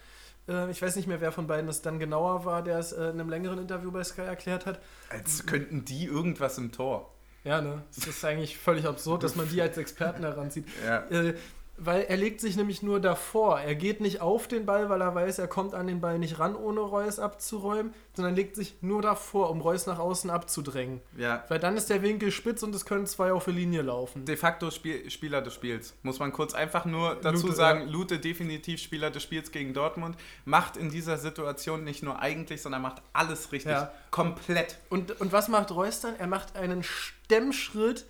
[SPEAKER 2] Äh, Ich weiß nicht mehr, wer von beiden es dann genauer war, der es äh, in einem längeren Interview bei Sky erklärt hat.
[SPEAKER 1] Als könnten die irgendwas im Tor.
[SPEAKER 2] Ja, ne? Es ist eigentlich völlig absurd, dass man die als Experten heranzieht.
[SPEAKER 1] Ja.
[SPEAKER 2] Äh, weil er legt sich nämlich nur davor. Er geht nicht auf den Ball, weil er weiß, er kommt an den Ball nicht ran, ohne Reus abzuräumen, sondern legt sich nur davor, um Reus nach außen abzudrängen.
[SPEAKER 1] ja.
[SPEAKER 2] Weil dann ist der Winkel spitz und es können zwei auf die Linie laufen.
[SPEAKER 1] De facto Spiel, Spieler des Spiels. Muss man kurz einfach nur dazu
[SPEAKER 2] Lute,
[SPEAKER 1] sagen, Lute definitiv Spieler des Spiels gegen Dortmund. Macht in dieser Situation nicht nur eigentlich, sondern macht alles richtig.
[SPEAKER 2] Ja.
[SPEAKER 1] Komplett.
[SPEAKER 2] Und, und was macht Reus dann? Er macht einen Stemmschritt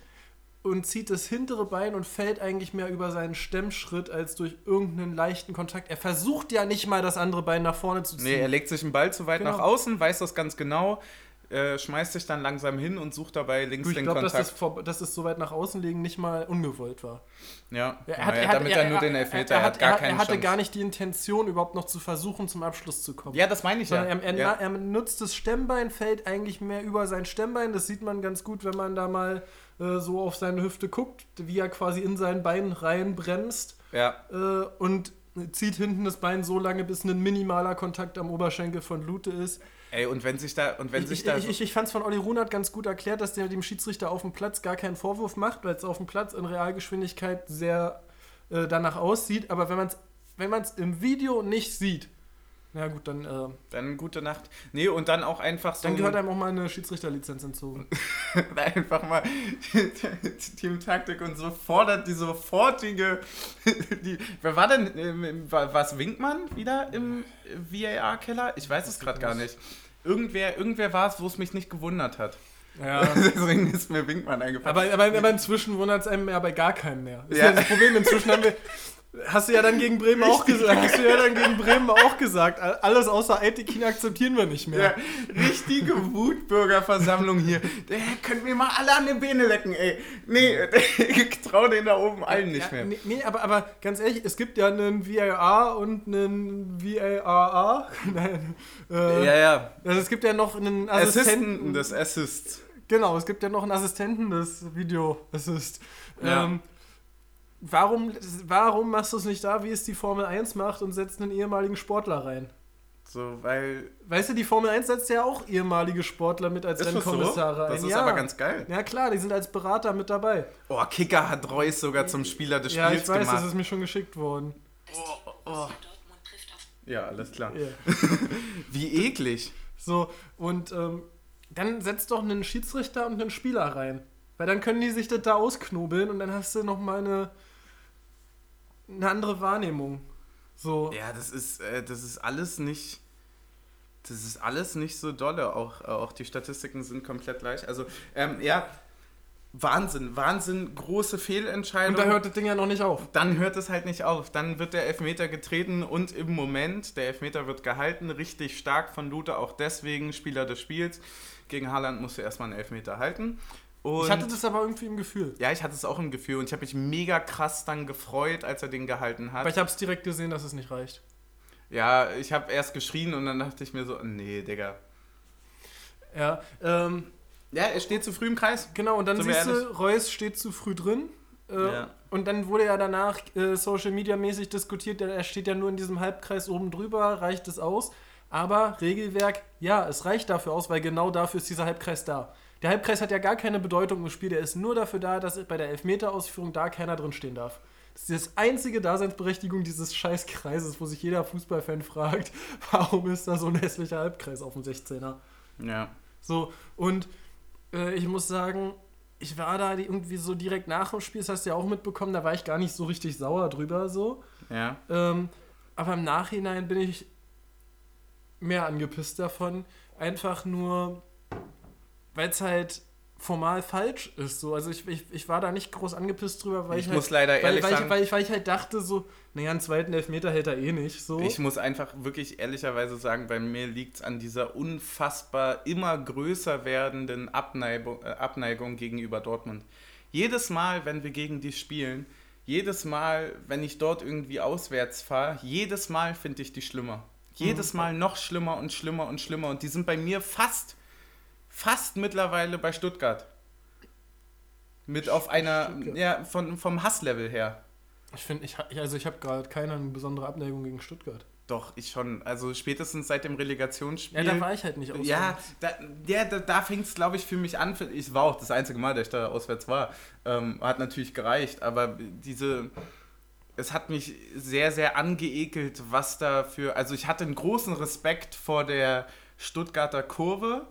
[SPEAKER 2] und zieht das hintere Bein und fällt eigentlich mehr über seinen Stemmschritt als durch irgendeinen leichten Kontakt. Er versucht ja nicht mal, das andere Bein nach vorne zu ziehen.
[SPEAKER 1] Nee, er legt sich den Ball zu weit
[SPEAKER 2] Genau.
[SPEAKER 1] nach außen, weiß das ganz genau, äh, schmeißt sich dann langsam hin und sucht dabei links
[SPEAKER 2] Du, ich
[SPEAKER 1] den
[SPEAKER 2] glaube, dass,
[SPEAKER 1] Kontakt.
[SPEAKER 2] das vor- dass das so weit nach außen legen nicht mal ungewollt war.
[SPEAKER 1] ja.
[SPEAKER 2] Ja,
[SPEAKER 1] Naja, damit er, nur den Elfmeter
[SPEAKER 2] er, er,
[SPEAKER 1] hat, gar
[SPEAKER 2] er,
[SPEAKER 1] keine
[SPEAKER 2] Er hatte
[SPEAKER 1] Chance.
[SPEAKER 2] gar nicht die Intention, überhaupt noch zu versuchen, zum Abschluss zu kommen.
[SPEAKER 1] ja, das meine ich ja.
[SPEAKER 2] Sondern er, er,
[SPEAKER 1] ja.
[SPEAKER 2] er nutzt das Stemmbein, fällt eigentlich mehr über sein Stemmbein. Das sieht man ganz gut, wenn man da mal äh, so auf seine Hüfte guckt, wie er quasi in sein Bein reinbremst
[SPEAKER 1] ja.
[SPEAKER 2] äh, und zieht hinten das Bein so lange, bis ein minimaler Kontakt am Oberschenkel von Lute ist.
[SPEAKER 1] Ey, und wenn sich da, und wenn
[SPEAKER 2] ich,
[SPEAKER 1] sich
[SPEAKER 2] ich,
[SPEAKER 1] da.
[SPEAKER 2] ich, ich, ich fand es von Olli Runert ganz gut erklärt, dass der dem Schiedsrichter auf dem Platz gar keinen Vorwurf macht, weil es auf dem Platz in Realgeschwindigkeit sehr äh, danach aussieht, aber wenn man es wenn man's im Video nicht sieht, na gut, dann, äh,
[SPEAKER 1] Dann gute Nacht. Nee, und dann auch einfach so.
[SPEAKER 2] dann
[SPEAKER 1] ein-
[SPEAKER 2] gehört einem auch mal eine
[SPEAKER 1] (laughs)
[SPEAKER 2] Schiedsrichterlizenz entzogen.
[SPEAKER 1] einfach mal (laughs) Teamtaktik und so fordert die sofortige. (laughs) die, wer war denn? ähm, War was Winkmann wieder im VAR-Keller? Ich weiß es gerade gar nicht. Irgendwer, irgendwer war es, wo es mich nicht gewundert hat.
[SPEAKER 2] Ja.
[SPEAKER 1] (laughs) Deswegen ist mir Winkmann eingefallen.
[SPEAKER 2] Aber,
[SPEAKER 1] (laughs)
[SPEAKER 2] aber, aber inzwischen wundert es einem mehr bei gar keinem mehr. Ist ja.
[SPEAKER 1] Ja.
[SPEAKER 2] das Problem. Inzwischen haben wir. Hast du ja dann gegen Bremen auch gesagt. Hast du ja dann gegen Bremen auch gesagt. a- Alles außer Aitekin akzeptieren wir nicht
[SPEAKER 1] Ja,
[SPEAKER 2] mehr.
[SPEAKER 1] richtige Wutbürgerversammlung hier. Der könnt mir mal alle an den Beine lecken, ey. Nee, (laughs) ich trau den da oben allen nicht mehr.
[SPEAKER 2] Nee, nee aber, aber ganz ehrlich, es gibt ja einen VAR und einen VAA. (laughs) Nein. Äh,
[SPEAKER 1] Ja, ja.
[SPEAKER 2] Also es gibt ja noch einen
[SPEAKER 1] Assistenten
[SPEAKER 2] Assistenten.
[SPEAKER 1] des Assists.
[SPEAKER 2] Genau, es gibt ja noch einen Assistenten des Videoassist.
[SPEAKER 1] Ja.
[SPEAKER 2] Ähm, warum, warum machst du es nicht da, wie es die Formel 1 macht und setzt einen ehemaligen Sportler rein?
[SPEAKER 1] So, weil
[SPEAKER 2] Weißt du, die Formel 1 setzt ja auch ehemalige Sportler mit als
[SPEAKER 1] Ist das so?
[SPEAKER 2] Rennkommissare ein.
[SPEAKER 1] Das ist
[SPEAKER 2] ja.
[SPEAKER 1] aber ganz geil.
[SPEAKER 2] Ja klar, die sind als Berater mit dabei.
[SPEAKER 1] Oh, Kicker hat Reus sogar zum Spieler des
[SPEAKER 2] ja,
[SPEAKER 1] Spiels
[SPEAKER 2] ich weiß, das
[SPEAKER 1] gemacht. Oh,
[SPEAKER 2] ist mir schon geschickt worden.
[SPEAKER 3] Das Team Borussia Dortmund trifft auf
[SPEAKER 1] Ja, alles klar.
[SPEAKER 2] Ja.
[SPEAKER 1] (laughs) Wie eklig.
[SPEAKER 2] So, und ähm, dann setzt doch einen Schiedsrichter und einen Spieler rein. Weil dann können die sich das da ausknobeln und dann hast du nochmal eine, eine andere Wahrnehmung. So.
[SPEAKER 1] Ja, das ist, äh, das ist alles nicht. Das ist alles nicht so dolle. Auch, äh, auch die Statistiken sind komplett gleich. Also, ähm, ja, Wahnsinn, Wahnsinn, große Fehlentscheidung.
[SPEAKER 2] Und da hört das Ding ja noch nicht auf.
[SPEAKER 1] dann hört es halt nicht auf. Dann wird der Elfmeter getreten und im Moment, der Elfmeter wird gehalten, richtig stark von Lute, auch deswegen Spieler des Spiels. Gegen Haaland musst du erstmal einen Elfmeter halten. Und
[SPEAKER 2] ich hatte das aber irgendwie im Gefühl.
[SPEAKER 1] Ja, ich hatte es auch im Gefühl und ich habe mich mega krass dann gefreut, als er den gehalten
[SPEAKER 2] Aber
[SPEAKER 1] hat.
[SPEAKER 2] ich habe es direkt gesehen, dass es nicht reicht.
[SPEAKER 1] ja, ich habe erst geschrien und dann dachte ich mir so, nee, Digga.
[SPEAKER 2] Ja, ähm,
[SPEAKER 1] Ja, er steht zu früh im Kreis.
[SPEAKER 2] Genau, und dann
[SPEAKER 1] Sind wir
[SPEAKER 2] siehst du,
[SPEAKER 1] ehrlich?
[SPEAKER 2] Reus steht zu früh drin. Äh,
[SPEAKER 1] Ja.
[SPEAKER 2] Und dann wurde ja danach äh, Social Media mäßig diskutiert, denn er steht ja nur in diesem Halbkreis oben drüber, reicht es aus. Aber Regelwerk, ja, es reicht dafür aus, weil genau dafür ist dieser Halbkreis da. Der Halbkreis hat ja gar keine Bedeutung im Spiel, der ist nur dafür da, dass bei der Elfmeter-Ausführung da keiner drin stehen darf. Das ist die einzige Daseinsberechtigung dieses scheiß Kreises, wo sich jeder Fußballfan fragt, (laughs) warum ist da so ein hässlicher Halbkreis auf dem 16er?
[SPEAKER 1] Ja.
[SPEAKER 2] So, und äh, ich muss sagen, ich war da die- irgendwie so direkt nach dem Spiel, das hast du ja auch mitbekommen, da war ich gar nicht so richtig sauer drüber so.
[SPEAKER 1] Ja.
[SPEAKER 2] Ähm, aber im Nachhinein bin ich mehr angepisst davon. Einfach nur, weil es halt formal falsch ist. So. Also ich, ich, ich war da nicht groß angepisst drüber, weil ich,
[SPEAKER 1] Ich
[SPEAKER 2] halt,
[SPEAKER 1] muss leider
[SPEAKER 2] weil,
[SPEAKER 1] ehrlich
[SPEAKER 2] weil,
[SPEAKER 1] sagen-
[SPEAKER 2] Ich, weil, ich, weil ich halt dachte so, naja, einen zweiten Elfmeter hält er eh nicht. So.
[SPEAKER 1] Ich muss einfach wirklich ehrlicherweise sagen, bei mir liegt es an dieser unfassbar immer größer werdenden Abneigung, äh, Abneigung gegenüber Dortmund. Jedes Mal, wenn wir gegen die spielen, jedes Mal, wenn ich dort irgendwie auswärts fahre, jedes Mal finde ich die schlimmer. Jedes
[SPEAKER 2] Mhm.
[SPEAKER 1] Mal noch schlimmer und schlimmer und schlimmer. Und die sind bei mir fast, fast mittlerweile bei Stuttgart. Mit auf einer,
[SPEAKER 2] Stuttgart.
[SPEAKER 1] ja, von, vom Hasslevel her.
[SPEAKER 2] ich finde, ich, ha- also ich habe gerade keine besondere Abneigung gegen Stuttgart.
[SPEAKER 1] Doch, ich schon. Also spätestens seit dem Relegationsspiel.
[SPEAKER 2] Ja, da war ich halt nicht auswärts.
[SPEAKER 1] Ja, da, ja, da, da fing es, glaube ich, für mich an. Ich war auch das einzige Mal, dass ich da auswärts war. Ähm, hat natürlich gereicht, aber diese. Es hat mich sehr, sehr angeekelt, was da für. Also, ich hatte einen großen Respekt vor der Stuttgarter Kurve,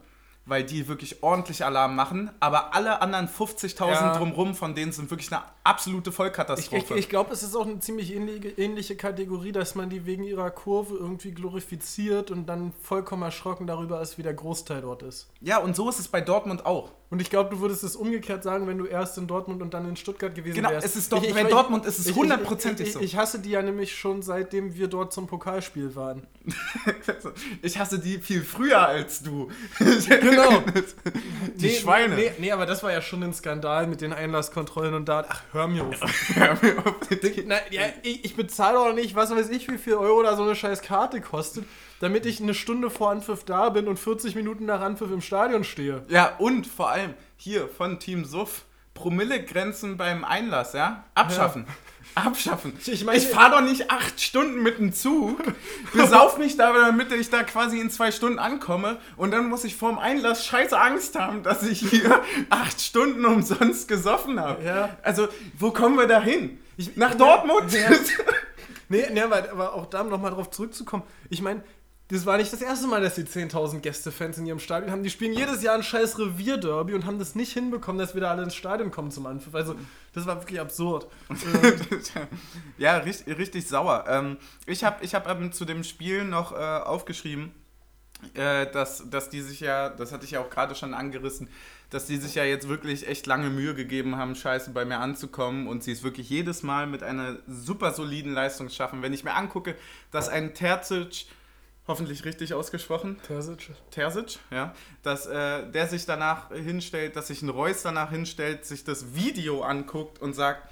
[SPEAKER 1] weil die wirklich ordentlich Alarm machen. Aber alle anderen 50.000
[SPEAKER 2] Ja.
[SPEAKER 1] drumrum von denen sind wirklich eine absolute
[SPEAKER 2] Ich,
[SPEAKER 1] Vollkatastrophe.
[SPEAKER 2] ich, ich glaube, es ist auch eine ziemlich ähnliche, ähnliche Kategorie, dass man die wegen ihrer Kurve irgendwie glorifiziert und dann vollkommen erschrocken darüber ist, wie der Großteil dort ist.
[SPEAKER 1] ja, und so ist es bei Dortmund
[SPEAKER 2] (laughs)
[SPEAKER 1] auch.
[SPEAKER 2] Und ich glaube, du würdest es umgekehrt sagen, wenn du erst in Dortmund und dann in Stuttgart gewesen
[SPEAKER 1] Genau,
[SPEAKER 2] wärst.
[SPEAKER 1] es ist doch-
[SPEAKER 2] Ich- ich-
[SPEAKER 1] bei
[SPEAKER 2] ich-
[SPEAKER 1] Dortmund ist es
[SPEAKER 2] ich- ich-
[SPEAKER 1] hundertprozentig
[SPEAKER 2] ich-
[SPEAKER 1] so.
[SPEAKER 2] Ich, ich hasse die ja nämlich schon, seitdem wir dort zum Pokalspiel waren.
[SPEAKER 1] Ich hasse die viel früher als du.
[SPEAKER 2] Genau.
[SPEAKER 1] (laughs) Die Schweine.
[SPEAKER 2] Nee, nee, aber das war ja schon ein Skandal mit den Einlasskontrollen und da. Ach, hör mir auf.
[SPEAKER 1] (laughs) Hör mir auf, die-
[SPEAKER 2] Na, ja, ich, ich bezahle auch nicht, was weiß ich, wie viel Euro da so eine scheiß Karte kostet, damit ich eine Stunde vor Anpfiff da bin und 40 Minuten nach Anpfiff im Stadion stehe.
[SPEAKER 1] ja, und vor allem hier von Team Suff. Promillegrenzen beim Einlass, ja? Abschaffen. Abschaffen.
[SPEAKER 2] Ich- ich meine-
[SPEAKER 1] fahre doch nicht acht Stunden mit dem Zug, besauf mich da, damit ich da quasi in zwei Stunden ankomme und dann muss ich vorm Einlass scheiße Angst haben, dass ich hier acht Stunden umsonst gesoffen habe.
[SPEAKER 2] Ja.
[SPEAKER 1] Also, wo kommen wir da hin?
[SPEAKER 2] Ich,
[SPEAKER 1] Nach
[SPEAKER 2] ja,
[SPEAKER 1] Dortmund?
[SPEAKER 2] Ja,
[SPEAKER 1] (laughs)
[SPEAKER 2] nee, nee, aber, aber auch da nochmal drauf zurückzukommen. Ich meine, das war nicht das erste Mal, dass die 10.000 Gästefans in ihrem Stadion haben. Die spielen jedes Jahr ein scheiß Revierderby und haben das nicht hinbekommen, dass wir da alle ins Stadion kommen zum Anpfiff. Also, das war wirklich absurd.
[SPEAKER 1] (laughs) ja, richtig, richtig sauer. Ähm, ich habe ich hab, ähm, zu dem Spiel noch äh, aufgeschrieben, äh, dass, dass die sich ja, das hatte ich ja auch gerade schon angerissen, dass die sich ja jetzt wirklich echt lange Mühe gegeben haben, Scheiße bei mir anzukommen und sie es wirklich jedes Mal mit einer super soliden Leistung schaffen. Wenn ich mir angucke, dass ein Terzic, hoffentlich richtig ausgesprochen,
[SPEAKER 2] Terzic.
[SPEAKER 1] Terzic, ja, dass äh, der sich danach hinstellt, dass sich ein Reus danach hinstellt, sich das Video anguckt und sagt,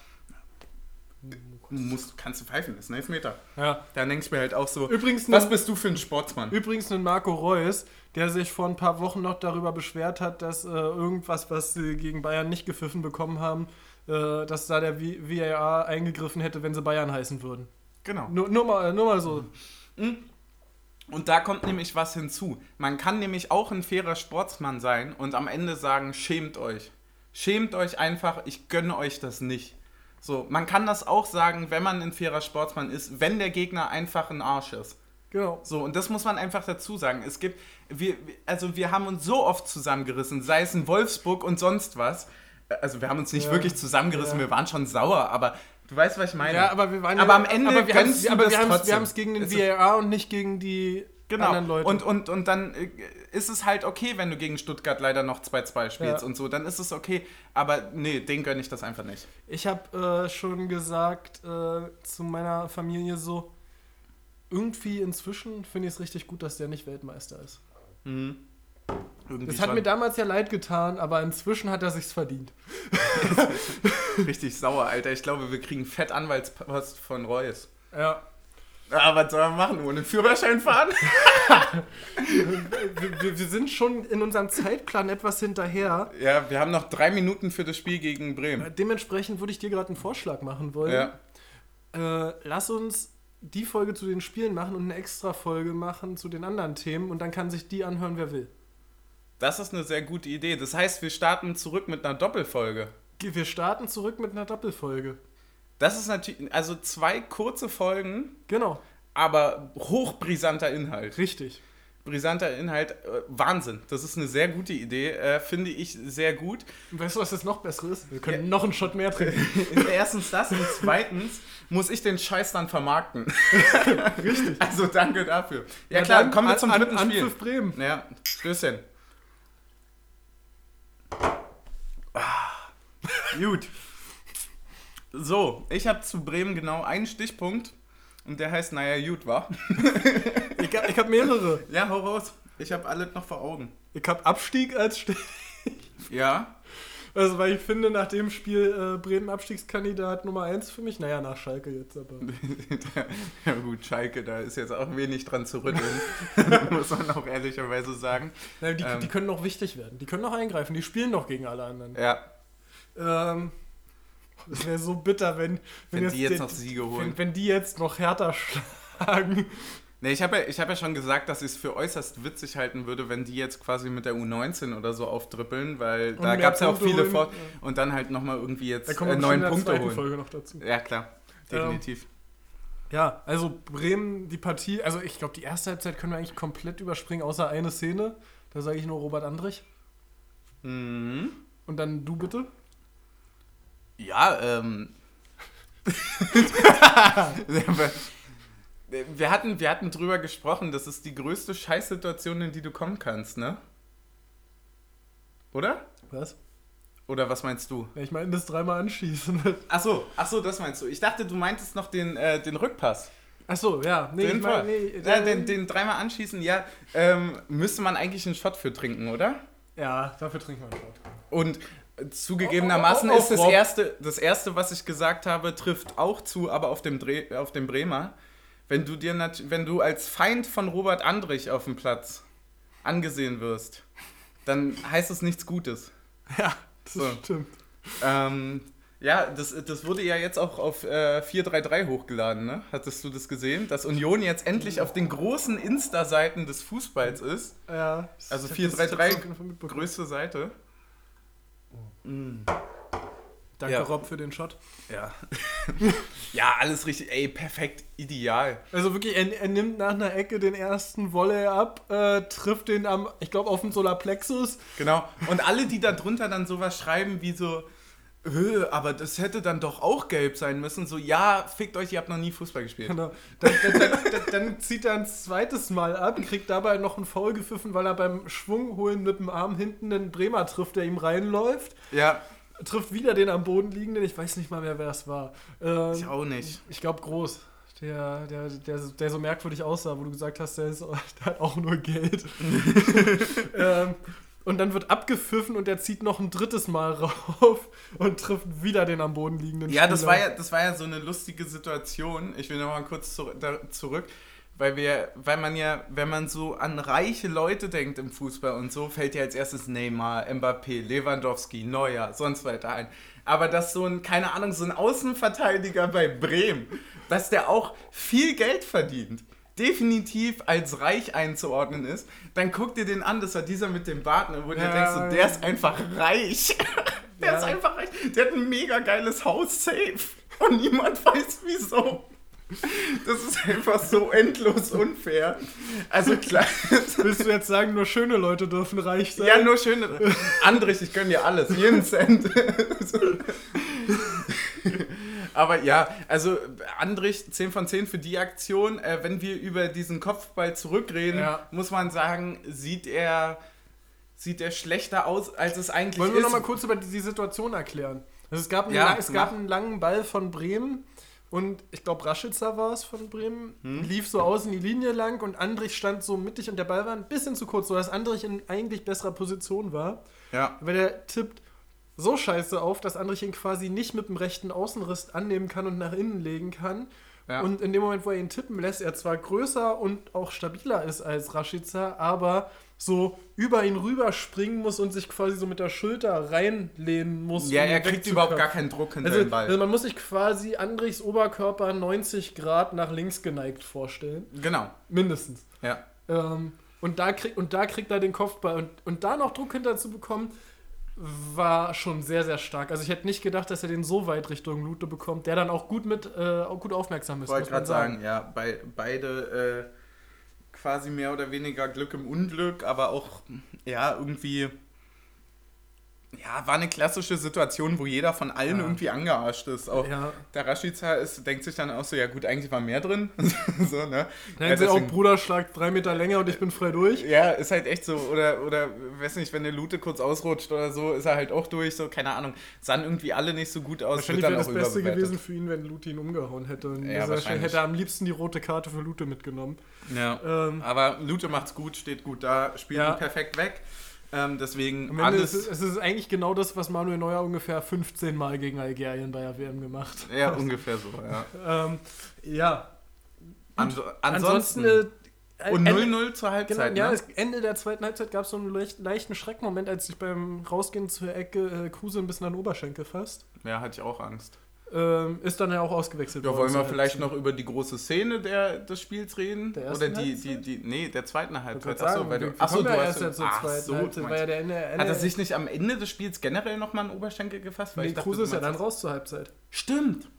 [SPEAKER 1] musst, kannst du pfeifen, das ist ein Elfmeter.
[SPEAKER 2] Ja.
[SPEAKER 1] Dann denke ich mir halt auch so,
[SPEAKER 2] Übrigens,
[SPEAKER 1] was
[SPEAKER 2] ne-
[SPEAKER 1] bist du für ein Sportsmann?
[SPEAKER 2] Übrigens einen Marco Reus, der sich vor ein paar Wochen noch darüber beschwert hat, dass äh, irgendwas, was sie gegen Bayern nicht gepfiffen bekommen haben, äh, dass da der V- VAR eingegriffen hätte, wenn sie Bayern heißen würden.
[SPEAKER 1] Genau.
[SPEAKER 2] Nur, nur, mal, nur mal so.
[SPEAKER 1] Und da kommt nämlich was hinzu. Man kann nämlich auch ein fairer Sportsmann sein und am Ende sagen, schämt euch. Schämt euch einfach, ich gönne euch das nicht. So, man kann das auch sagen, wenn man ein fairer Sportsmann ist, wenn der Gegner einfach ein Arsch ist.
[SPEAKER 2] Genau.
[SPEAKER 1] So, und das muss man einfach dazu sagen. Es gibt, wir, also wir haben uns so oft zusammengerissen, sei es in Wolfsburg und sonst was. Also wir haben uns nicht
[SPEAKER 2] Ja.
[SPEAKER 1] wirklich zusammengerissen,
[SPEAKER 2] Ja.
[SPEAKER 1] wir waren schon sauer, aber du weißt, was ich meine.
[SPEAKER 2] Ja, aber wir waren
[SPEAKER 1] Aber am Ende
[SPEAKER 2] aber wir
[SPEAKER 1] gönnst
[SPEAKER 2] haben's-
[SPEAKER 1] du
[SPEAKER 2] aber
[SPEAKER 1] das
[SPEAKER 2] wir haben's-
[SPEAKER 1] trotzdem.
[SPEAKER 2] wir haben es gegen den
[SPEAKER 1] Es ist-
[SPEAKER 2] VAR und nicht gegen die
[SPEAKER 1] Genau.
[SPEAKER 2] anderen Leute.
[SPEAKER 1] Und, und, und dann äh, ist es halt okay, wenn du gegen Stuttgart leider noch 2-2 spielst
[SPEAKER 2] Ja.
[SPEAKER 1] und so, dann ist es okay. Aber nee, den gönne ich das einfach nicht.
[SPEAKER 2] Ich habe äh, schon gesagt äh, zu meiner Familie so, irgendwie inzwischen finde ich es richtig gut, dass der nicht Weltmeister ist.
[SPEAKER 1] Irgendwie
[SPEAKER 2] Das hat
[SPEAKER 1] schon
[SPEAKER 2] mir damals ja leid getan, aber inzwischen hat er sich's verdient.
[SPEAKER 1] richtig sauer, Alter. Ich glaube, wir kriegen fett Anwaltspost von Reus.
[SPEAKER 2] Ja.
[SPEAKER 1] Ah, was soll man machen? Ohne Führerschein fahren?
[SPEAKER 2] (laughs) Wir, wir, wir sind schon in unserem Zeitplan etwas hinterher. Äh,
[SPEAKER 1] ja, wir haben noch drei Minuten für das Spiel gegen Bremen.
[SPEAKER 2] Dementsprechend würde ich dir gerade einen Vorschlag machen wollen.
[SPEAKER 1] Ja.
[SPEAKER 2] Äh, lass uns die Folge zu den Spielen machen und eine extra Folge machen zu den anderen Themen und dann kann sich die anhören, wer will.
[SPEAKER 1] Das ist eine sehr gute Idee. Das heißt, wir starten zurück mit einer Doppelfolge.
[SPEAKER 2] Ge- Wir starten zurück mit einer Doppelfolge.
[SPEAKER 1] Das ist natürlich, also zwei kurze Folgen,
[SPEAKER 2] Genau,
[SPEAKER 1] aber hochbrisanter Inhalt.
[SPEAKER 2] richtig.
[SPEAKER 1] Brisanter Inhalt, äh, Wahnsinn. Das ist eine sehr gute Idee, äh, finde ich sehr gut.
[SPEAKER 2] Und weißt du, was das noch bessere ist? Wir können noch einen Shot mehr trinken.
[SPEAKER 1] Erstens das und zweitens muss ich den Scheiß dann
[SPEAKER 2] (laughs)
[SPEAKER 1] vermarkten. Richtig. Also danke dafür. Ja, klar,
[SPEAKER 2] dann
[SPEAKER 1] kommen wir
[SPEAKER 2] an-
[SPEAKER 1] zum
[SPEAKER 2] an-
[SPEAKER 1] dritten Spiel.
[SPEAKER 2] Anpfiff Bremen.
[SPEAKER 1] Ja, Stößchen. Ah, Gut. So, ich habe zu Bremen genau einen Stichpunkt und der heißt, naja, gut, wa?
[SPEAKER 2] Ich habe hab mehrere.
[SPEAKER 1] Ja, hau raus. Ich habe alles noch vor Augen.
[SPEAKER 2] Ich habe Abstieg als Stich.
[SPEAKER 1] Ja, (laughs)
[SPEAKER 2] Also, weil ich finde, nach dem Spiel äh, Bremen Abstiegskandidat Nummer 1 für mich. Naja, nach Schalke jetzt aber.
[SPEAKER 1] ja gut, Schalke, da ist jetzt auch wenig dran zu (laughs) rütteln, muss man auch ehrlicherweise sagen.
[SPEAKER 2] Nein, die,
[SPEAKER 1] Ähm.
[SPEAKER 2] die können noch wichtig werden. Die können noch eingreifen. Die spielen noch gegen alle anderen.
[SPEAKER 1] Ja,
[SPEAKER 2] Ähm, das wäre so bitter, wenn,
[SPEAKER 1] wenn, die jetzt
[SPEAKER 2] der-
[SPEAKER 1] noch Siege holen.
[SPEAKER 2] wenn, wenn die jetzt noch härter schlagen.
[SPEAKER 1] Nee, ich habe ja, ich hab ja schon gesagt, dass ich es für äußerst witzig halten würde, wenn die jetzt quasi mit der U19 oder so auftrippeln, weil da
[SPEAKER 2] mehr
[SPEAKER 1] gab es ja auch
[SPEAKER 2] Punkte
[SPEAKER 1] viele
[SPEAKER 2] holen,
[SPEAKER 1] vor
[SPEAKER 2] ja.
[SPEAKER 1] und dann halt nochmal irgendwie jetzt
[SPEAKER 2] Da kommen
[SPEAKER 1] äh,
[SPEAKER 2] wir bestimmt
[SPEAKER 1] neun
[SPEAKER 2] in der
[SPEAKER 1] Punkte
[SPEAKER 2] zweiten
[SPEAKER 1] holen.
[SPEAKER 2] Folge noch dazu.
[SPEAKER 1] Ja, klar,
[SPEAKER 2] Ähm.
[SPEAKER 1] definitiv.
[SPEAKER 2] Ja, also Bremen, die Partie, also ich glaube, die erste Halbzeit können wir eigentlich komplett überspringen, außer eine Szene. Da sage ich nur Robert Andrich.
[SPEAKER 1] Mhm.
[SPEAKER 2] Und dann du bitte.
[SPEAKER 1] Ja, ähm. (laughs) wir, hatten, wir hatten drüber gesprochen, das ist die größte Scheißsituation, in die du kommen kannst, ne? Oder?
[SPEAKER 2] Was?
[SPEAKER 1] Oder was meinst du?
[SPEAKER 2] Ja, ich meine, das dreimal anschießen.
[SPEAKER 1] Ach so, ach so, das meinst du. Ich dachte, du meintest noch den, äh, den Rückpass.
[SPEAKER 2] Achso, ja. Nee,
[SPEAKER 1] den,
[SPEAKER 2] ich mein,
[SPEAKER 1] Tor.
[SPEAKER 2] nee,
[SPEAKER 1] ja,
[SPEAKER 2] äh,
[SPEAKER 1] den, den dreimal anschießen, ja. Ähm, müsste man eigentlich einen Shot für trinken, oder?
[SPEAKER 2] ja, dafür trinken wir
[SPEAKER 1] (laughs)
[SPEAKER 2] einen Shot.
[SPEAKER 1] Und äh, zugegebenermaßen
[SPEAKER 2] Oh, oh, oh, oh,
[SPEAKER 1] ist das
[SPEAKER 2] Rob.
[SPEAKER 1] erste, das erste, was ich gesagt habe, trifft auch zu, aber auf dem, Dreh, auf dem Bremer. Wenn du, dir nat- wenn du als Feind von Robert Andrich auf dem Platz angesehen wirst, dann heißt es nichts Gutes.
[SPEAKER 2] Ja, das
[SPEAKER 1] So.
[SPEAKER 2] stimmt.
[SPEAKER 1] Ähm, ja, das, das wurde ja jetzt auch auf äh, 433 hochgeladen, ne? Hattest du das gesehen? Dass Union jetzt endlich auf den großen Insta-Seiten des Fußballs ist.
[SPEAKER 2] Ja,
[SPEAKER 1] Also
[SPEAKER 2] ich hab das- ich hab's
[SPEAKER 1] 433,
[SPEAKER 2] auf jeden Fall mitbekommen.
[SPEAKER 1] größte Seite. Mm.
[SPEAKER 2] Danke,
[SPEAKER 1] Ja.
[SPEAKER 2] Rob, für den Shot.
[SPEAKER 1] Ja. (laughs) ja, alles richtig. Ey, perfekt, ideal.
[SPEAKER 2] Also wirklich, er, er nimmt nach einer Ecke den ersten Volley ab, äh, trifft den am, ich glaube, auf dem Solarplexus.
[SPEAKER 1] Genau. Und alle, die da drunter dann sowas schreiben wie so, "Äh, aber das hätte dann doch auch gelb sein müssen. So, ja, fickt euch, ihr habt noch nie Fußball
[SPEAKER 2] (laughs)
[SPEAKER 1] gespielt.
[SPEAKER 2] Genau. Dann, dann, dann, dann, dann zieht er ein zweites Mal ab, kriegt dabei noch einen Foul gepfiffen, weil er beim Schwung holen mit dem Arm hinten einen Bremer trifft, der ihm reinläuft.
[SPEAKER 1] Ja,
[SPEAKER 2] Trifft wieder den am Boden liegenden, ich weiß nicht mal mehr, wer es war. Ähm,
[SPEAKER 1] ich auch nicht.
[SPEAKER 2] Ich glaube, groß. Der, der, der, der so merkwürdig aussah, wo du gesagt hast, der, ist, (laughs) der hat auch nur
[SPEAKER 1] (laughs)
[SPEAKER 2] Geld. ähm, und dann wird abgepfiffen und der zieht noch ein drittes Mal rauf und trifft wieder den am Boden liegenden
[SPEAKER 1] Ja, das
[SPEAKER 2] Spieler.
[SPEAKER 1] war ja, das war ja so eine lustige Situation. Ich will nochmal kurz zur, da, zurück, weil wir, weil man ja, wenn man so an reiche Leute denkt im Fußball und so, fällt ja als erstes Neymar, Mbappé, Lewandowski, Neuer, sonst weiter ein. Aber dass so ein, keine Ahnung, so ein Außenverteidiger bei Bremen, dass der auch viel Geld verdient, definitiv als reich einzuordnen ist, dann guck dir den an, das war dieser mit dem Bart, ne, wo du dir
[SPEAKER 2] Ja,
[SPEAKER 1] denkst, so,
[SPEAKER 2] ja.
[SPEAKER 1] der ist einfach reich. Der
[SPEAKER 2] Ja.
[SPEAKER 1] ist einfach reich. Der hat ein mega geiles Haus safe. Und niemand (laughs) weiß wieso. Das ist einfach so endlos unfair. Also (laughs) klar.
[SPEAKER 2] Willst du jetzt sagen, nur schöne Leute
[SPEAKER 1] (laughs)
[SPEAKER 2] dürfen reich sein?
[SPEAKER 1] Ja, nur schöne. Andrich, ich gönne dir alles. Jeden Cent. So. Aber ja, also Andrich 10 von 10 für die Aktion. Äh, wenn wir über diesen Kopfball zurückreden,
[SPEAKER 2] Ja.
[SPEAKER 1] muss man sagen, sieht er, sieht er schlechter aus, als es eigentlich
[SPEAKER 2] Wollen wir
[SPEAKER 1] ist.
[SPEAKER 2] noch mal kurz über die die Situation erklären? Also es gab einen,
[SPEAKER 1] Ja,
[SPEAKER 2] lang- es gab
[SPEAKER 1] mach.
[SPEAKER 2] einen langen Ball von Bremen und ich glaube Raschitzer war es von Bremen,
[SPEAKER 1] Hm?
[SPEAKER 2] lief so außen die Linie lang und Andrich stand so mittig und der Ball war ein bisschen zu kurz, sodass Andrich in eigentlich besserer Position war.
[SPEAKER 1] ja.
[SPEAKER 2] Aber der tippt so scheiße auf, dass Andrich ihn quasi nicht mit dem rechten Außenriss annehmen kann und nach innen legen kann.
[SPEAKER 1] Ja.
[SPEAKER 2] Und in dem Moment, wo er ihn tippen lässt, er zwar größer und auch stabiler ist als Rashica, aber so über ihn rüber springen muss und sich quasi so mit der Schulter reinlehnen muss.
[SPEAKER 1] Ja,
[SPEAKER 2] um ihn
[SPEAKER 1] er kriegt überhaupt gar keinen
[SPEAKER 2] wegzuköpfen.
[SPEAKER 1] Druck hinter
[SPEAKER 2] also,
[SPEAKER 1] den Ball.
[SPEAKER 2] also man muss sich quasi Andrichs Oberkörper 90 Grad nach links geneigt vorstellen.
[SPEAKER 1] Genau,
[SPEAKER 2] Mindestens.
[SPEAKER 1] ja.
[SPEAKER 2] Ähm, und, da krieg, und da kriegt er den Kopfball. Und, und da noch Druck hinter zu bekommen, war schon sehr, sehr stark. Also ich hätte nicht gedacht, dass er den so weit Richtung Lute bekommt, der dann auch gut mit, äh, auch gut aufmerksam
[SPEAKER 1] Ich
[SPEAKER 2] ist.
[SPEAKER 1] wollte
[SPEAKER 2] muss man
[SPEAKER 1] gerade sagen, ja, bei, beide äh, quasi mehr oder weniger Glück im Unglück, aber auch, ja, irgendwie. Ja, war eine klassische Situation, wo jeder von allen
[SPEAKER 2] Ja.
[SPEAKER 1] irgendwie angearscht ist. Auch
[SPEAKER 2] Ja.
[SPEAKER 1] der Rashica ist, denkt sich dann auch so, ja gut, eigentlich war mehr drin. (laughs) so, ne?
[SPEAKER 2] Dann
[SPEAKER 1] ja,
[SPEAKER 2] hätten sie auch
[SPEAKER 1] deswegen-
[SPEAKER 2] Bruderschlag drei Meter länger und ich bin frei durch.
[SPEAKER 1] ja, ist halt echt so. Oder, oder weiß nicht, wenn der Lute kurz ausrutscht oder so, ist er halt auch durch. So, keine Ahnung. Sahen irgendwie alle nicht so gut aus. wird
[SPEAKER 2] Wahrscheinlich wäre
[SPEAKER 1] dann
[SPEAKER 2] das
[SPEAKER 1] auch
[SPEAKER 2] Beste
[SPEAKER 1] überbewertet.
[SPEAKER 2] gewesen für ihn, wenn Lute ihn umgehauen hätte. Und
[SPEAKER 1] Ja,
[SPEAKER 2] ja,
[SPEAKER 1] wahrscheinlich.
[SPEAKER 2] hätte er am liebsten die rote Karte für Lute mitgenommen.
[SPEAKER 1] Ja.
[SPEAKER 2] Ähm,
[SPEAKER 1] Aber Lute macht's gut, steht gut da, spielt
[SPEAKER 2] Ja.
[SPEAKER 1] ihn perfekt weg. Ähm, deswegen
[SPEAKER 2] Am Ende ist,
[SPEAKER 1] alles.
[SPEAKER 2] es- es ist eigentlich genau das, was Manuel Neuer ungefähr 15 Mal gegen Algerien bei der WM gemacht (laughs)
[SPEAKER 1] ja, ungefähr so, ja.
[SPEAKER 2] ähm, ja,
[SPEAKER 1] An, ansonsten.
[SPEAKER 2] Ansonsten. äh,
[SPEAKER 1] und
[SPEAKER 2] Ende-
[SPEAKER 1] 0-0 zur
[SPEAKER 2] Genau,
[SPEAKER 1] Halbzeit.
[SPEAKER 2] ja,
[SPEAKER 1] ne?
[SPEAKER 2] es, Ende der zweiten Halbzeit gab es so einen leicht, leichten Schreckmoment, als sich beim Rausgehen zur Ecke äh, Kruse ein bisschen an den Oberschenkel fasst.
[SPEAKER 1] ja, hatte ich auch Angst.
[SPEAKER 2] Ähm, ist dann ja auch ausgewechselt
[SPEAKER 1] Ja, wollen wir
[SPEAKER 2] zur
[SPEAKER 1] vielleicht
[SPEAKER 2] Halbzeit.
[SPEAKER 1] noch über die große Szene der, des Spiels reden?
[SPEAKER 2] Der ersten
[SPEAKER 1] Oder die, die,
[SPEAKER 2] Halbzeit?
[SPEAKER 1] die, nee, der zweiten
[SPEAKER 2] Ich wollte
[SPEAKER 1] Halbzeit.
[SPEAKER 2] gerade
[SPEAKER 1] Achso,
[SPEAKER 2] sagen,
[SPEAKER 1] weil
[SPEAKER 2] wir-
[SPEAKER 1] du,
[SPEAKER 2] wir
[SPEAKER 1] achso,
[SPEAKER 2] kommen
[SPEAKER 1] du
[SPEAKER 2] ja
[SPEAKER 1] hast
[SPEAKER 2] erst
[SPEAKER 1] so,
[SPEAKER 2] zur
[SPEAKER 1] ach
[SPEAKER 2] zweiten
[SPEAKER 1] so,
[SPEAKER 2] Halbzeit, war ja
[SPEAKER 1] meinst-
[SPEAKER 2] der Ende, Ende
[SPEAKER 1] hat er sich nicht am Ende des Spiels generell nochmal einen Oberschenkel gefasst? Weil
[SPEAKER 2] nee,
[SPEAKER 1] ich dachte,
[SPEAKER 2] Kruse
[SPEAKER 1] du
[SPEAKER 2] ist ja dann
[SPEAKER 1] meinst-
[SPEAKER 2] raus zur Halbzeit.
[SPEAKER 1] Stimmt.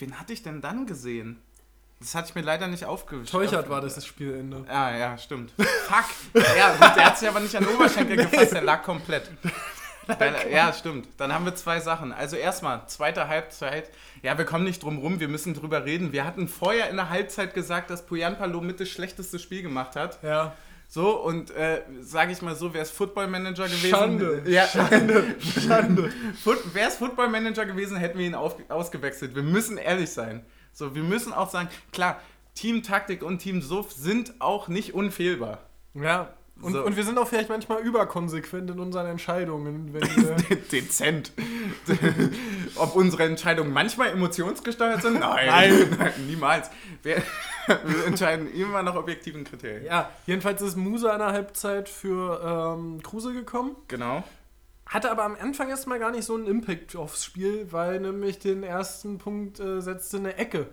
[SPEAKER 1] Wen hatte ich denn dann gesehen? Das hatte ich mir leider nicht aufgeschrieben.
[SPEAKER 2] Teuchert war das, das Spielende.
[SPEAKER 1] Ah, ja, stimmt. Fuck! Ja, gut, der hat sich aber nicht an den (laughs) Oberschenkel gefasst, der lag (laughs) komplett. Dann, ja, stimmt. Dann haben wir zwei Sachen. Also erstmal, zweite Halbzeit. Ja, wir kommen nicht drum rum, wir müssen drüber reden. Wir hatten vorher in der Halbzeit gesagt, dass Puyan Palo mit das schlechteste Spiel gemacht hat.
[SPEAKER 2] Ja.
[SPEAKER 1] So, und äh, sage ich mal so, wäre es Football Manager gewesen.
[SPEAKER 2] Schande.
[SPEAKER 1] Ja,
[SPEAKER 2] Schande. Schande.
[SPEAKER 1] (laughs) Foot, wäre es Football Manager gewesen, hätten wir ihn auf, ausgewechselt. Wir müssen ehrlich sein. So, wir müssen auch sagen, klar, Team Taktik und Team Suff sind auch nicht unfehlbar.
[SPEAKER 2] Ja. Und,
[SPEAKER 1] So.
[SPEAKER 2] und wir sind auch vielleicht manchmal überkonsequent in unseren
[SPEAKER 1] (laughs)
[SPEAKER 2] Entscheidungen. Wenn wir,
[SPEAKER 1] Dezent. (laughs) Ob unsere Entscheidungen manchmal emotionsgesteuert sind? (laughs) Nein.
[SPEAKER 2] Nein.
[SPEAKER 1] niemals. Wir, wir entscheiden immer nach objektiven Kriterien.
[SPEAKER 2] ja, jedenfalls ist Musa in der Halbzeit für ähm, Kruse gekommen.
[SPEAKER 1] Genau.
[SPEAKER 2] Hatte aber am Anfang erstmal gar nicht so einen Impact aufs Spiel, weil nämlich den ersten Punkt äh, setzte eine Ecke.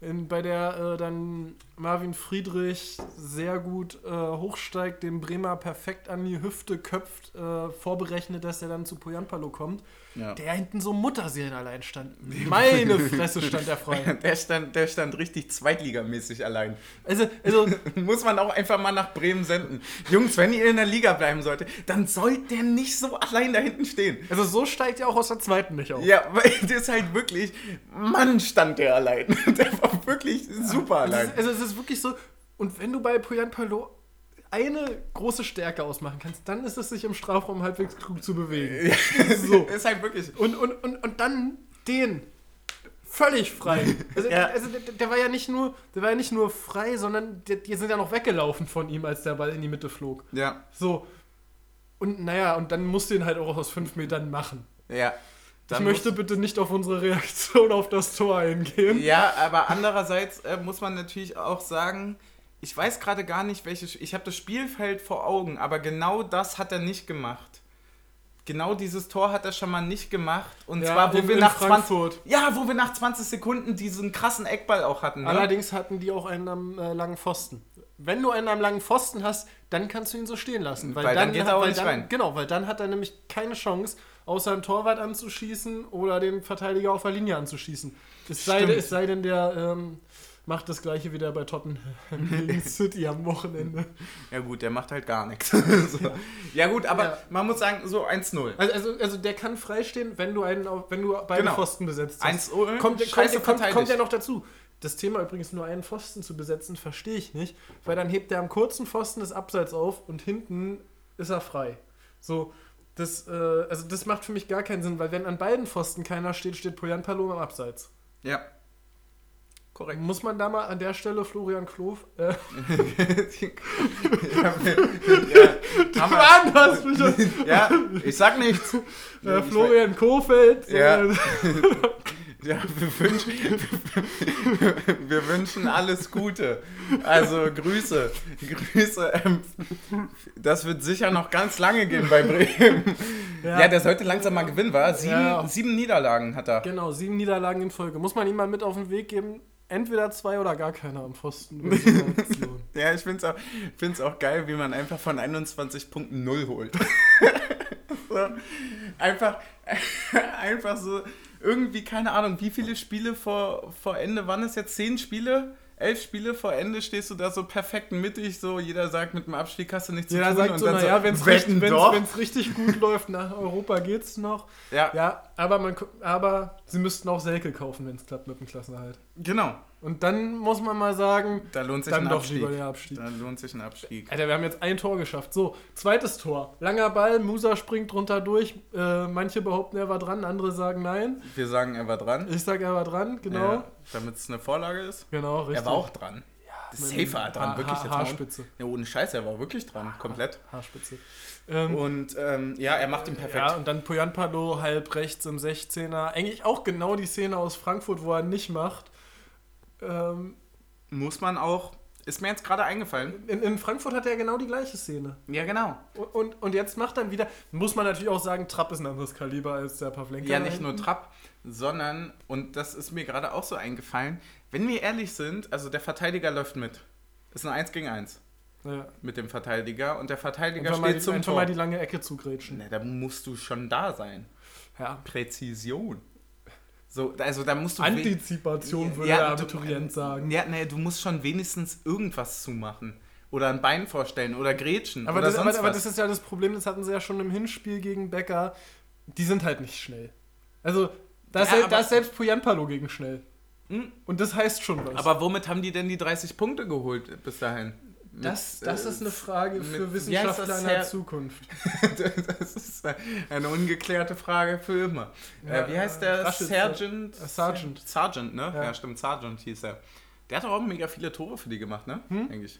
[SPEAKER 2] in, bei der äh, dann Marvin Friedrich sehr gut äh, hochsteigt, den Bremer perfekt an die Hüfte köpft, äh, vorberechnet, dass er dann zu Poyampalo kommt,
[SPEAKER 1] Ja. (laughs)
[SPEAKER 2] der hinten so Mutterseelen allein stand. Meine Fresse stand er frei.
[SPEAKER 1] (laughs) Der stand, der stand richtig zweitligamäßig allein. (laughs)
[SPEAKER 2] Also, also
[SPEAKER 1] Muss man auch einfach mal nach Bremen senden. Jungs, wenn ihr in der Liga bleiben sollt, dann sollt der nicht so allein da hinten stehen.
[SPEAKER 2] Also so steigt er auch aus der zweiten nicht auf.
[SPEAKER 1] Ja, weil (laughs) das ist halt wirklich, Mann, stand der allein. (laughs) Der war wirklich super
[SPEAKER 2] Es
[SPEAKER 1] allein.
[SPEAKER 2] ist, also es ist wirklich so, und wenn du bei Poyan Palo eine große Stärke ausmachen kannst, dann ist es sich im Strafraum halbwegs klug
[SPEAKER 1] (laughs)
[SPEAKER 2] zu bewegen. So.
[SPEAKER 1] Ist halt wirklich.
[SPEAKER 2] Und, und, und, und dann den völlig frei. Also,
[SPEAKER 1] (laughs) Ja.
[SPEAKER 2] also der, der war ja nicht nur, der war ja nicht nur frei, sondern die, die sind ja noch weggelaufen von ihm, als der Ball in die Mitte flog.
[SPEAKER 1] Ja,
[SPEAKER 2] So. Und naja, und dann musst du ihn halt auch aus fünf Metern machen.
[SPEAKER 1] ja. Dann
[SPEAKER 2] ich möchte bitte nicht auf unsere Reaktion auf das Tor eingehen.
[SPEAKER 1] Ja, aber andererseits äh, muss man natürlich auch sagen, ich weiß gerade gar nicht, welches. Ich habe das Spielfeld vor Augen, aber genau das hat er nicht gemacht. Genau dieses Tor hat er schon mal nicht gemacht. Und
[SPEAKER 2] Ja,
[SPEAKER 1] zwar, wo
[SPEAKER 2] in-
[SPEAKER 1] wir
[SPEAKER 2] in
[SPEAKER 1] nach
[SPEAKER 2] Frankfurt.
[SPEAKER 1] 20. Ja, wo wir nach 20 Sekunden diesen krassen Eckball auch hatten. Ne?
[SPEAKER 2] Allerdings hatten die auch einen am äh, langen Pfosten. Wenn du einen am langen Pfosten hast, dann kannst du ihn so stehen lassen. Weil,
[SPEAKER 1] Weil
[SPEAKER 2] dann,
[SPEAKER 1] dann geht er auch
[SPEAKER 2] weil
[SPEAKER 1] nicht
[SPEAKER 2] dann,
[SPEAKER 1] rein.
[SPEAKER 2] Genau, weil dann hat er nämlich keine Chance, außer einen Torwart anzuschießen oder den Verteidiger auf der Linie anzuschießen. Es sei, denn,
[SPEAKER 1] Stimmt.
[SPEAKER 2] es sei denn, der ähm, macht das gleiche wieder bei Tottenham
[SPEAKER 1] (laughs)
[SPEAKER 2] (laughs) gegen City am Wochenende.
[SPEAKER 1] Ja, gut, der macht halt gar nichts. (laughs) so. ja. gut, aber
[SPEAKER 2] Ja.
[SPEAKER 1] man muss sagen, so 1-0.
[SPEAKER 2] Also, also, also der kann freistehen, wenn du einen auf, wenn du beide
[SPEAKER 1] Genau.
[SPEAKER 2] Pfosten besetzt hast.
[SPEAKER 1] 1-0,
[SPEAKER 2] kommt,
[SPEAKER 1] Hm? scheiße
[SPEAKER 2] kommt, kommt, kommt
[SPEAKER 1] verteidigt.
[SPEAKER 2] ja noch dazu. Das Thema übrigens nur einen Pfosten zu besetzen, verstehe ich nicht, weil dann hebt er am kurzen Pfosten das Abseits auf und hinten ist er frei. So, das, äh, also das macht für mich gar keinen Sinn, weil wenn an beiden Pfosten keiner steht, steht Poyan Palom am Abseits.
[SPEAKER 1] Ja. Korrekt.
[SPEAKER 2] Muss man da mal an der Stelle Florian Klof. Äh, (laughs)
[SPEAKER 1] ja, ja, Hammer.
[SPEAKER 2] (laughs) Mann, hast mich
[SPEAKER 1] (laughs)
[SPEAKER 2] an,
[SPEAKER 1] ja, ich sag nichts.
[SPEAKER 2] äh,
[SPEAKER 1] Ich
[SPEAKER 2] Florian Kofeld.
[SPEAKER 1] Ja.
[SPEAKER 2] äh,
[SPEAKER 1] Ja, wir wünschen, wir wünschen alles Gute. Also Grüße. Grüße. Ähm, das wird sicher noch ganz lange gehen bei Bremen. (laughs) Ja, der sollte langsam mal gewinnen, war. Sieben,
[SPEAKER 2] Ja.
[SPEAKER 1] sieben Niederlagen hat er.
[SPEAKER 2] Genau, sieben Niederlagen in Folge. Muss man ihm mal mit auf den Weg geben? Entweder zwei oder gar keiner am
[SPEAKER 1] (laughs)
[SPEAKER 2] Pfosten. Über diese Aktion.
[SPEAKER 1] Ja, ich find's auch, find's auch geil, wie man einfach von 21 Punkten 0 holt. (laughs) so, einfach, (laughs) einfach so, irgendwie, keine Ahnung, wie viele Spiele vor, vor Ende, waren es jetzt? Zehn Spiele? Elf Spiele vor Ende stehst du da so perfekt mittig, so jeder sagt, mit dem Abstieg hast du nichts
[SPEAKER 2] Jeder
[SPEAKER 1] zu tun.
[SPEAKER 2] sagt so,
[SPEAKER 1] dann
[SPEAKER 2] naja, wenn es
[SPEAKER 1] wetten
[SPEAKER 2] richtig, wenn's,
[SPEAKER 1] doch.
[SPEAKER 2] wenn's richtig gut (laughs) läuft, nach Europa geht's noch.
[SPEAKER 1] ja,
[SPEAKER 2] Ja, aber, man, gu- aber sie müssten auch Selke kaufen, wenn es klappt mit dem Klassenerhalt.
[SPEAKER 1] genau.
[SPEAKER 2] Und dann muss man mal sagen,
[SPEAKER 1] Da lohnt sich
[SPEAKER 2] dann
[SPEAKER 1] ein
[SPEAKER 2] doch
[SPEAKER 1] Abstieg.
[SPEAKER 2] lieber der Abstieg.
[SPEAKER 1] Da lohnt sich ein Abstieg.
[SPEAKER 2] Alter, wir haben jetzt ein Tor geschafft. So, zweites Tor. Langer Ball, Musa springt runter durch. Äh, manche behaupten, er war dran, andere sagen nein.
[SPEAKER 1] Wir sagen, er war dran.
[SPEAKER 2] Ich sag, er war dran, genau.
[SPEAKER 1] Ja, Damit es eine Vorlage ist.
[SPEAKER 2] Genau, richtig.
[SPEAKER 1] Er war auch dran. Safer dran,
[SPEAKER 2] Ha-
[SPEAKER 1] wirklich
[SPEAKER 2] Ha-
[SPEAKER 1] jetzt mal.
[SPEAKER 2] Haarspitze.
[SPEAKER 1] Ja, ohne Scheiß, er war wirklich dran, komplett.
[SPEAKER 2] Haarspitze. Ähm,
[SPEAKER 1] Und ähm, ja, er macht ihn perfekt.
[SPEAKER 2] ja, und dann Poyanpalo halb rechts im 16er. Eigentlich auch genau die Szene aus Frankfurt, wo er nicht macht. Ähm,
[SPEAKER 1] Muss man auch. Ist mir jetzt gerade eingefallen.
[SPEAKER 2] in, in Frankfurt hat er genau die gleiche Szene.
[SPEAKER 1] Ja, genau.
[SPEAKER 2] Und, und, und jetzt macht dann wieder, muss man natürlich auch sagen, Trapp ist ein anderes Kaliber als der Pavlenka.
[SPEAKER 1] Ja,
[SPEAKER 2] da
[SPEAKER 1] nicht nur
[SPEAKER 2] hinten.
[SPEAKER 1] Trapp, sondern, und das ist mir gerade auch so eingefallen, wenn wir ehrlich sind, also der Verteidiger läuft mit. Ist ein 1 gegen 1
[SPEAKER 2] Ja.
[SPEAKER 1] mit dem Verteidiger und der Verteidiger
[SPEAKER 2] Einfach, mal,
[SPEAKER 1] steht
[SPEAKER 2] die-
[SPEAKER 1] zum
[SPEAKER 2] einfach
[SPEAKER 1] Tor.
[SPEAKER 2] mal die lange Ecke zugrätschen.
[SPEAKER 1] Na, da musst du schon da sein.
[SPEAKER 2] Ja.
[SPEAKER 1] Präzision. So, also da musst du. we-
[SPEAKER 2] Antizipation würde
[SPEAKER 1] Ja,
[SPEAKER 2] der
[SPEAKER 1] du-
[SPEAKER 2] Abiturient sagen.
[SPEAKER 1] Ja, nee, du musst schon wenigstens irgendwas zumachen. Oder ein Bein vorstellen oder Grätschen.
[SPEAKER 2] Aber,
[SPEAKER 1] oder
[SPEAKER 2] das,
[SPEAKER 1] sonst
[SPEAKER 2] aber, aber
[SPEAKER 1] was.
[SPEAKER 2] das ist ja das Problem, das hatten sie ja schon im Hinspiel gegen Becker. Die sind halt nicht schnell. Also, da ist,
[SPEAKER 1] Ja,
[SPEAKER 2] sel- da
[SPEAKER 1] aber-
[SPEAKER 2] ist selbst Puyanpalo gegen schnell.
[SPEAKER 1] Hm.
[SPEAKER 2] Und das heißt schon was.
[SPEAKER 1] Aber womit haben die denn die 30 Punkte geholt bis dahin? Mit,
[SPEAKER 2] das, das
[SPEAKER 1] äh, (laughs)
[SPEAKER 2] ist eine Frage für
[SPEAKER 1] mit-
[SPEAKER 2] Wissenschaftler
[SPEAKER 1] wie heißt das
[SPEAKER 2] in der
[SPEAKER 1] her?
[SPEAKER 2] Zukunft.
[SPEAKER 1] das ist eine ungeklärte Frage für immer.
[SPEAKER 2] Ja,
[SPEAKER 1] äh, wie heißt
[SPEAKER 2] äh,
[SPEAKER 1] der?
[SPEAKER 2] Raschel-
[SPEAKER 1] Sergeant?
[SPEAKER 2] äh, Sergeant.
[SPEAKER 1] Sergeant, ne?
[SPEAKER 2] Ja.
[SPEAKER 1] Ja. stimmt, Sergeant hieß er. Der hat doch auch mega viele Tore für die gemacht, ne? Eigentlich.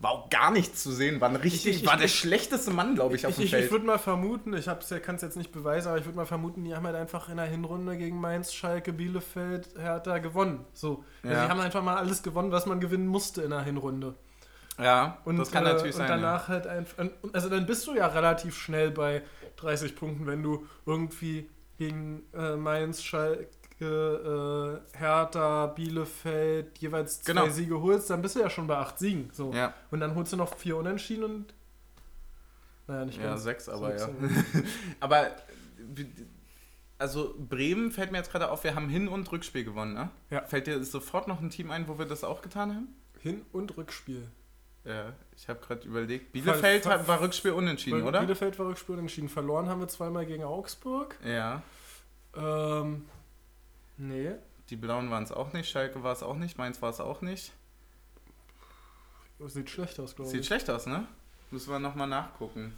[SPEAKER 1] War auch gar nichts zu sehen. War, ein richtig,
[SPEAKER 2] Hm? ich-
[SPEAKER 1] war
[SPEAKER 2] ich-
[SPEAKER 1] der schlechteste Mann, glaube ich, auf
[SPEAKER 2] Ich,
[SPEAKER 1] dem
[SPEAKER 2] ich,
[SPEAKER 1] Feld.
[SPEAKER 2] ich würde mal vermuten, ich kann es jetzt nicht beweisen, aber ich würde mal vermuten, die haben halt einfach in der Hinrunde gegen Mainz, Schalke, Bielefeld, Hertha gewonnen. So. Also
[SPEAKER 1] Ja.
[SPEAKER 2] Die haben einfach mal alles gewonnen, was man gewinnen musste in der Hinrunde.
[SPEAKER 1] ja,
[SPEAKER 2] Und,
[SPEAKER 1] das kann
[SPEAKER 2] äh,
[SPEAKER 1] natürlich
[SPEAKER 2] und
[SPEAKER 1] sein.
[SPEAKER 2] danach halt einfach. und- Also dann bist du ja relativ schnell bei 30 Punkten, wenn du irgendwie gegen äh, Mainz, Schalke, hier, äh, Hertha, Bielefeld jeweils zwei
[SPEAKER 1] Genau.
[SPEAKER 2] Siege holst, dann bist du ja schon bei acht Siegen. So.
[SPEAKER 1] Ja,
[SPEAKER 2] Und dann holst du noch vier Unentschieden und. Naja, nicht
[SPEAKER 1] ja
[SPEAKER 2] ganz.
[SPEAKER 1] sechs, aber
[SPEAKER 2] Sechs,
[SPEAKER 1] ja. aber, äh, wie- also Bremen fällt mir jetzt gerade auf, wir haben Hin- und Rückspiel gewonnen, ne?
[SPEAKER 2] Ja.
[SPEAKER 1] Fällt dir sofort noch ein Team ein, wo wir das auch getan haben?
[SPEAKER 2] (laughs) Hin- und Rückspiel.
[SPEAKER 1] Ja, ich habe gerade überlegt. Bielefeld
[SPEAKER 2] Fall-
[SPEAKER 1] hat- war Rückspiel unentschieden,
[SPEAKER 2] Weil
[SPEAKER 1] oder?
[SPEAKER 2] Bielefeld war Rückspiel unentschieden. Verloren haben wir zweimal gegen Augsburg.
[SPEAKER 1] Ja,
[SPEAKER 2] Ähm, nee.
[SPEAKER 1] die Blauen waren es auch nicht, Schalke war es auch nicht, Mainz war es auch nicht.
[SPEAKER 2] Sieht schlecht aus, glaube
[SPEAKER 1] Sieht
[SPEAKER 2] ich.
[SPEAKER 1] schlecht aus, ne? Müssen wir nochmal nachgucken.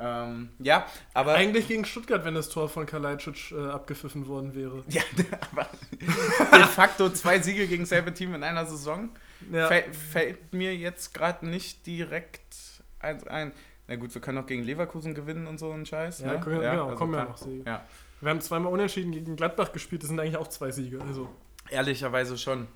[SPEAKER 1] Ähm, ja, aber.
[SPEAKER 2] Eigentlich gegen Stuttgart, wenn das Tor von Kalajdzic äh, abgepfiffen worden wäre.
[SPEAKER 1] ja, aber (laughs) de facto zwei Siege gegen selbe Team in einer Saison.
[SPEAKER 2] Ja.
[SPEAKER 1] Fällt, fällt mir jetzt gerade nicht direkt ein, ein. Na gut, wir können auch gegen Leverkusen gewinnen und so einen Scheiß.
[SPEAKER 2] Ja,
[SPEAKER 1] ne?
[SPEAKER 2] guck- genau, kommen ja
[SPEAKER 1] klar.
[SPEAKER 2] noch Siege.
[SPEAKER 1] Ja.
[SPEAKER 2] Wir haben zweimal unentschieden gegen Gladbach gespielt, das sind eigentlich auch zwei Siege. Also,
[SPEAKER 1] Ehrlicherweise schon.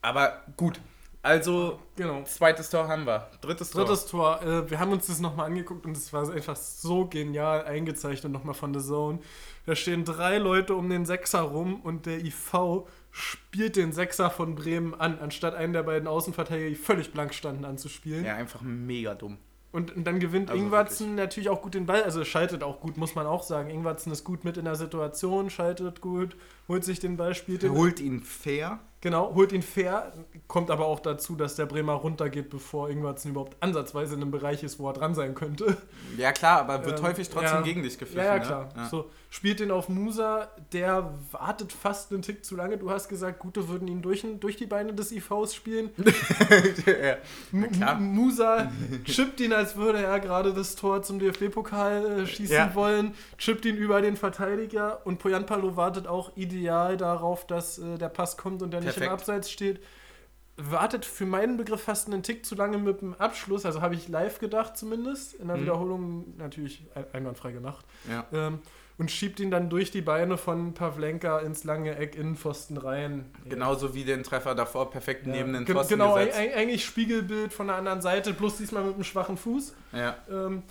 [SPEAKER 1] Aber gut, also
[SPEAKER 2] genau.
[SPEAKER 1] zweites Tor haben wir. Drittes Tor.
[SPEAKER 2] Drittes Tor, äh, wir haben uns das nochmal angeguckt und es war einfach so genial eingezeigt und nochmal von The Zone. Da stehen drei Leute um den Sechser rum und der IV spielt den Sechser von Bremen an, anstatt einen der beiden Außenverteidiger, die völlig blank standen, anzuspielen.
[SPEAKER 1] Ja, einfach mega dumm.
[SPEAKER 2] Und, und dann gewinnt
[SPEAKER 1] Also
[SPEAKER 2] Ingwarzen natürlich auch gut den Ball, also schaltet auch gut, muss man auch sagen. Ingwarzen ist gut mit in der Situation, schaltet gut, holt sich den Ball, spielt den.
[SPEAKER 1] Holt ihn fair.
[SPEAKER 2] Genau, holt ihn fair, kommt aber auch dazu, dass der Bremer runtergeht, bevor Ingwarzen überhaupt ansatzweise in einem Bereich ist, wo er dran sein könnte.
[SPEAKER 1] Ja, klar, aber wird
[SPEAKER 2] Ähm,
[SPEAKER 1] häufig trotzdem
[SPEAKER 2] ja.
[SPEAKER 1] gegen dich gepfiffen.
[SPEAKER 2] Ja, ja,
[SPEAKER 1] ne?
[SPEAKER 2] klar. So, spielt den auf Musa, der wartet fast einen Tick zu lange. Du hast gesagt, Gute würden ihn durch, durch die Beine des IVs spielen.
[SPEAKER 1] ja.
[SPEAKER 2] M-
[SPEAKER 1] klar.
[SPEAKER 2] M- Musa chippt ihn, als würde er gerade das Tor zum DFB-Pokal äh, schießen
[SPEAKER 1] Ja.
[SPEAKER 2] wollen, chippt ihn über den Verteidiger und Poyanpalo wartet auch ideal darauf, dass äh, der Pass kommt und der nicht im
[SPEAKER 1] Perfekt.
[SPEAKER 2] Abseits steht. Wartet für meinen Begriff fast einen Tick zu lange mit dem Abschluss, also habe ich live gedacht zumindest, in der
[SPEAKER 1] Mhm.
[SPEAKER 2] Wiederholung natürlich ein- einwandfrei gemacht.
[SPEAKER 1] Ja.
[SPEAKER 2] Ähm, und schiebt ihn dann durch die Beine von Pavlenka ins lange Eck Innenpfosten rein.
[SPEAKER 1] Genauso wie den Treffer davor perfekt
[SPEAKER 2] Ja.
[SPEAKER 1] neben den
[SPEAKER 2] Ge-
[SPEAKER 1] Pfosten
[SPEAKER 2] Genau,
[SPEAKER 1] gesetzt.
[SPEAKER 2] eig- eigentlich Spiegelbild von der anderen Seite, bloß diesmal mit einem schwachen Fuß.
[SPEAKER 1] ja.
[SPEAKER 2] Ähm,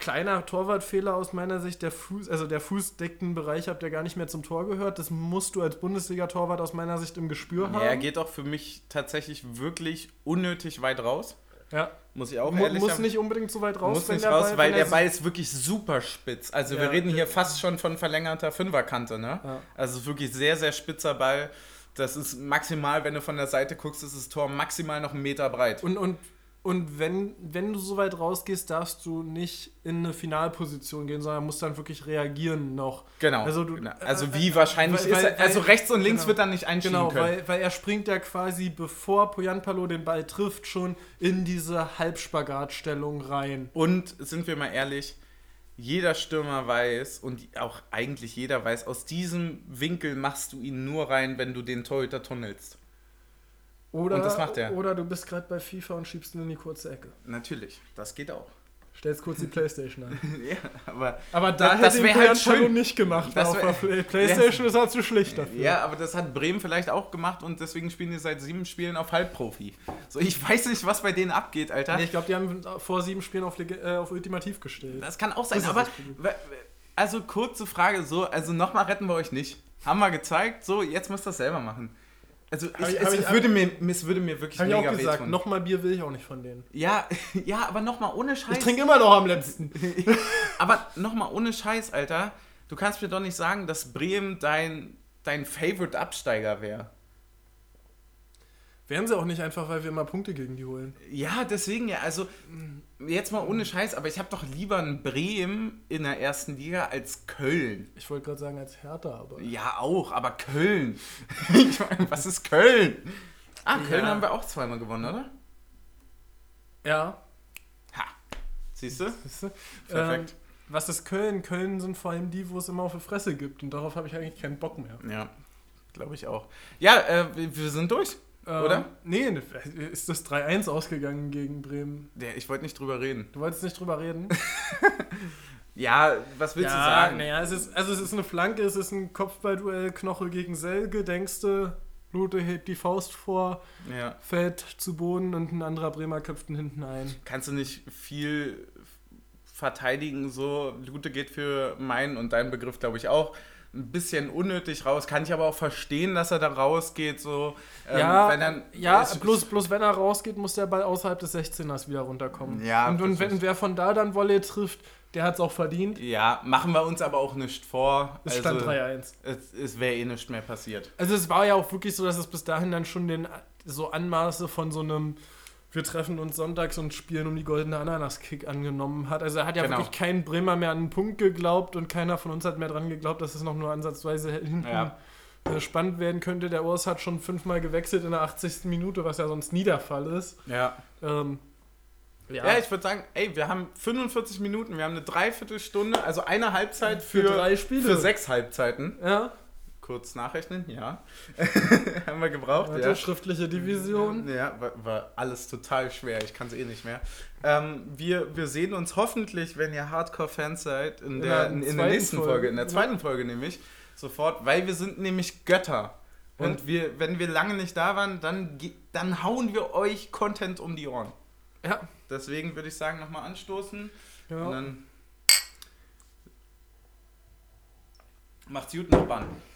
[SPEAKER 2] kleiner Torwartfehler aus meiner Sicht, der Fuß, also der Fuß deckt einen Bereich ab, der gar nicht mehr zum Tor gehört. Das musst du als Bundesliga-Torwart aus meiner Sicht im Gespür
[SPEAKER 1] Ja, Er
[SPEAKER 2] haben.
[SPEAKER 1] geht auch für mich tatsächlich wirklich unnötig weit raus.
[SPEAKER 2] Ja,
[SPEAKER 1] Muss ich auch
[SPEAKER 2] Mu
[SPEAKER 1] ehrlich
[SPEAKER 2] muss
[SPEAKER 1] sagen.
[SPEAKER 2] nicht unbedingt so weit raus,
[SPEAKER 1] muss
[SPEAKER 2] wenn
[SPEAKER 1] nicht
[SPEAKER 2] der
[SPEAKER 1] raus,
[SPEAKER 2] Ball-
[SPEAKER 1] weil
[SPEAKER 2] wenn
[SPEAKER 1] der
[SPEAKER 2] er-
[SPEAKER 1] Ball ist wirklich super spitz. Also
[SPEAKER 2] Ja.
[SPEAKER 1] wir reden hier fast schon von verlängerter Fünferkante, ne?
[SPEAKER 2] Ja.
[SPEAKER 1] Also es ist wirklich sehr, sehr spitzer Ball. Das ist maximal, wenn du von der Seite guckst, ist das Tor maximal noch einen Meter breit.
[SPEAKER 2] Und, und, und wenn, wenn du so weit rausgehst, darfst du nicht in eine Finalposition gehen, sondern musst dann wirklich reagieren noch.
[SPEAKER 1] Genau.
[SPEAKER 2] Also du-
[SPEAKER 1] genau. also wie wahrscheinlich
[SPEAKER 2] weil-
[SPEAKER 1] ist
[SPEAKER 2] weil-
[SPEAKER 1] er, also
[SPEAKER 2] weil-
[SPEAKER 1] rechts und links
[SPEAKER 2] genau.
[SPEAKER 1] wird dann nicht einschieben
[SPEAKER 2] Genau,
[SPEAKER 1] können.
[SPEAKER 2] weil, weil er springt ja quasi, bevor Poyanpalo den Ball trifft, schon in diese Halbspagatstellung rein.
[SPEAKER 1] Und sind wir mal ehrlich, jeder Stürmer weiß und auch eigentlich jeder weiß, aus diesem Winkel machst du ihn nur rein, wenn du den Torhüter tunnelst.
[SPEAKER 2] Oder,
[SPEAKER 1] Und das macht er.
[SPEAKER 2] Oder du bist gerade bei FIFA und schiebst ihn in die kurze Ecke.
[SPEAKER 1] Natürlich, das geht auch.
[SPEAKER 2] Stellst
[SPEAKER 1] (laughs)
[SPEAKER 2] kurz die Playstation an.
[SPEAKER 1] ja, aber,
[SPEAKER 2] Aber
[SPEAKER 1] da
[SPEAKER 2] da
[SPEAKER 1] Das- das
[SPEAKER 2] hätte
[SPEAKER 1] hätte ihn wär halt Poyanpalo schön.
[SPEAKER 2] nicht gemacht.
[SPEAKER 1] Das
[SPEAKER 2] auf
[SPEAKER 1] wär-
[SPEAKER 2] der
[SPEAKER 1] (laughs)
[SPEAKER 2] Play- Playstation ist er zu schlicht dafür.
[SPEAKER 1] ja, aber das hat Bremen vielleicht auch gemacht und deswegen spielen die seit sieben Spielen auf Halbprofi. So, ich weiß nicht, was bei denen abgeht, Alter.
[SPEAKER 2] Nee, ich glaube, die haben vor sieben Spielen auf, Leg- äh, auf Ultimativ gestellt.
[SPEAKER 1] Das kann auch sein,
[SPEAKER 2] Das ist
[SPEAKER 1] aber
[SPEAKER 2] das Problem.
[SPEAKER 1] wa- also kurze Frage, so, also nochmal retten wir euch nicht. Haben wir gezeigt, so, jetzt müsst ihr das selber machen. Also ich,
[SPEAKER 2] ich-
[SPEAKER 1] es,
[SPEAKER 2] hab ich-
[SPEAKER 1] würde mir, es würde mir wirklich
[SPEAKER 2] Habe ich
[SPEAKER 1] mega
[SPEAKER 2] auch gesagt,
[SPEAKER 1] wehtun.
[SPEAKER 2] nochmal Bier will ich auch nicht von denen.
[SPEAKER 1] Ja, (laughs) ja, aber nochmal ohne
[SPEAKER 2] Ich
[SPEAKER 1] Scheiß.
[SPEAKER 2] trinke immer noch am letzten.
[SPEAKER 1] aber nochmal ohne Scheiß, Alter. Du kannst mir doch nicht sagen, dass Bremen dein, dein Favorite-Absteiger wäre.
[SPEAKER 2] Wären sie auch nicht einfach, weil wir immer Punkte gegen die holen.
[SPEAKER 1] Ja, deswegen ja. Also, jetzt mal ohne Scheiß, aber ich habe doch lieber ein Bremen in der ersten Liga als Köln.
[SPEAKER 2] Ich wollte gerade sagen, als Hertha, aber.
[SPEAKER 1] Ja, auch, aber Köln. (laughs) ich meine, was ist Köln? Ah, Köln
[SPEAKER 2] Ja.
[SPEAKER 1] haben wir auch zweimal gewonnen, oder?
[SPEAKER 2] Ja.
[SPEAKER 1] Ha. Siehst du?
[SPEAKER 2] Siehst du?
[SPEAKER 1] Perfekt.
[SPEAKER 2] Ähm, was ist Köln? Köln sind vor allem die, wo es immer auf die Fresse gibt. Und darauf habe ich eigentlich keinen Bock mehr.
[SPEAKER 1] Ja, glaube ich auch. Ja, äh, wir wir sind durch.
[SPEAKER 2] Ähm,
[SPEAKER 1] Oder?
[SPEAKER 2] Nee, ist das 3-1 ausgegangen gegen Bremen.
[SPEAKER 1] Der- Ich wollte nicht drüber reden.
[SPEAKER 2] Du wolltest nicht drüber reden?
[SPEAKER 1] Ja, was willst du sagen?
[SPEAKER 2] Naja, es ist, also es ist eine Flanke, es ist ein Kopfballduell, Knoche gegen Selge, denkst du, Lute hebt die Faust vor,
[SPEAKER 1] Ja.
[SPEAKER 2] fällt zu Boden und ein anderer Bremer köpft ihn hinten ein.
[SPEAKER 1] kannst du nicht viel verteidigen, so Lute geht für meinen und deinen Begriff, glaube ich, auch. ein bisschen unnötig raus. Kann ich aber auch verstehen, dass er da rausgeht. So, ähm,
[SPEAKER 2] ja,
[SPEAKER 1] wenn dann,
[SPEAKER 2] ja
[SPEAKER 1] ich-
[SPEAKER 2] bloß, bloß wenn er rausgeht, muss der Ball außerhalb des 16ers wieder runterkommen.
[SPEAKER 1] Ja,
[SPEAKER 2] und und
[SPEAKER 1] das
[SPEAKER 2] wenn,
[SPEAKER 1] ist-
[SPEAKER 2] wer von da dann Volley trifft, der hat es auch verdient.
[SPEAKER 1] Ja, machen wir uns aber auch nicht vor. also
[SPEAKER 2] Es stand 3-1.
[SPEAKER 1] Es, es wäre eh nicht mehr passiert.
[SPEAKER 2] Also es war ja auch wirklich so, dass es bis dahin dann schon den so Anmaße von so einem wir treffen uns sonntags und spielen um die goldene Ananas-Kick angenommen hat. Also er hat ja
[SPEAKER 1] Genau.
[SPEAKER 2] wirklich kein Bremer mehr an einen Punkt geglaubt und keiner von uns hat mehr dran geglaubt, dass es noch nur ansatzweise hinten
[SPEAKER 1] Ja.
[SPEAKER 2] äh, spannend werden könnte. Der Urs hat schon fünfmal gewechselt in der 80. Minute, was ja sonst nie der Fall ist.
[SPEAKER 1] Ja.
[SPEAKER 2] Ähm,
[SPEAKER 1] Ja, ich würde sagen, ey, wir haben 45 Minuten, wir haben eine Dreiviertelstunde, also eine Halbzeit für,
[SPEAKER 2] Für drei Spiele.
[SPEAKER 1] Für sechs Halbzeiten.
[SPEAKER 2] ja,
[SPEAKER 1] Kurz nachrechnen, ja. (laughs) haben wir gebraucht,
[SPEAKER 2] hatte
[SPEAKER 1] ja.
[SPEAKER 2] schriftliche Division.
[SPEAKER 1] Ja, war, war alles total schwer. Ich kann es eh nicht mehr. Ähm, wir, wir sehen uns hoffentlich, wenn ihr Hardcore-Fans seid, in, der, in, in der
[SPEAKER 2] zweiten
[SPEAKER 1] nächsten Folge,
[SPEAKER 2] Folge,
[SPEAKER 1] in der
[SPEAKER 2] ja.
[SPEAKER 1] zweiten Folge nämlich, sofort, weil wir sind nämlich Götter. Und wir, wenn wir lange nicht da waren, dann, ge- dann hauen wir euch Content um die Ohren.
[SPEAKER 2] Ja,
[SPEAKER 1] Deswegen würde ich sagen, nochmal anstoßen
[SPEAKER 2] ja.
[SPEAKER 1] und dann macht's gut noch an.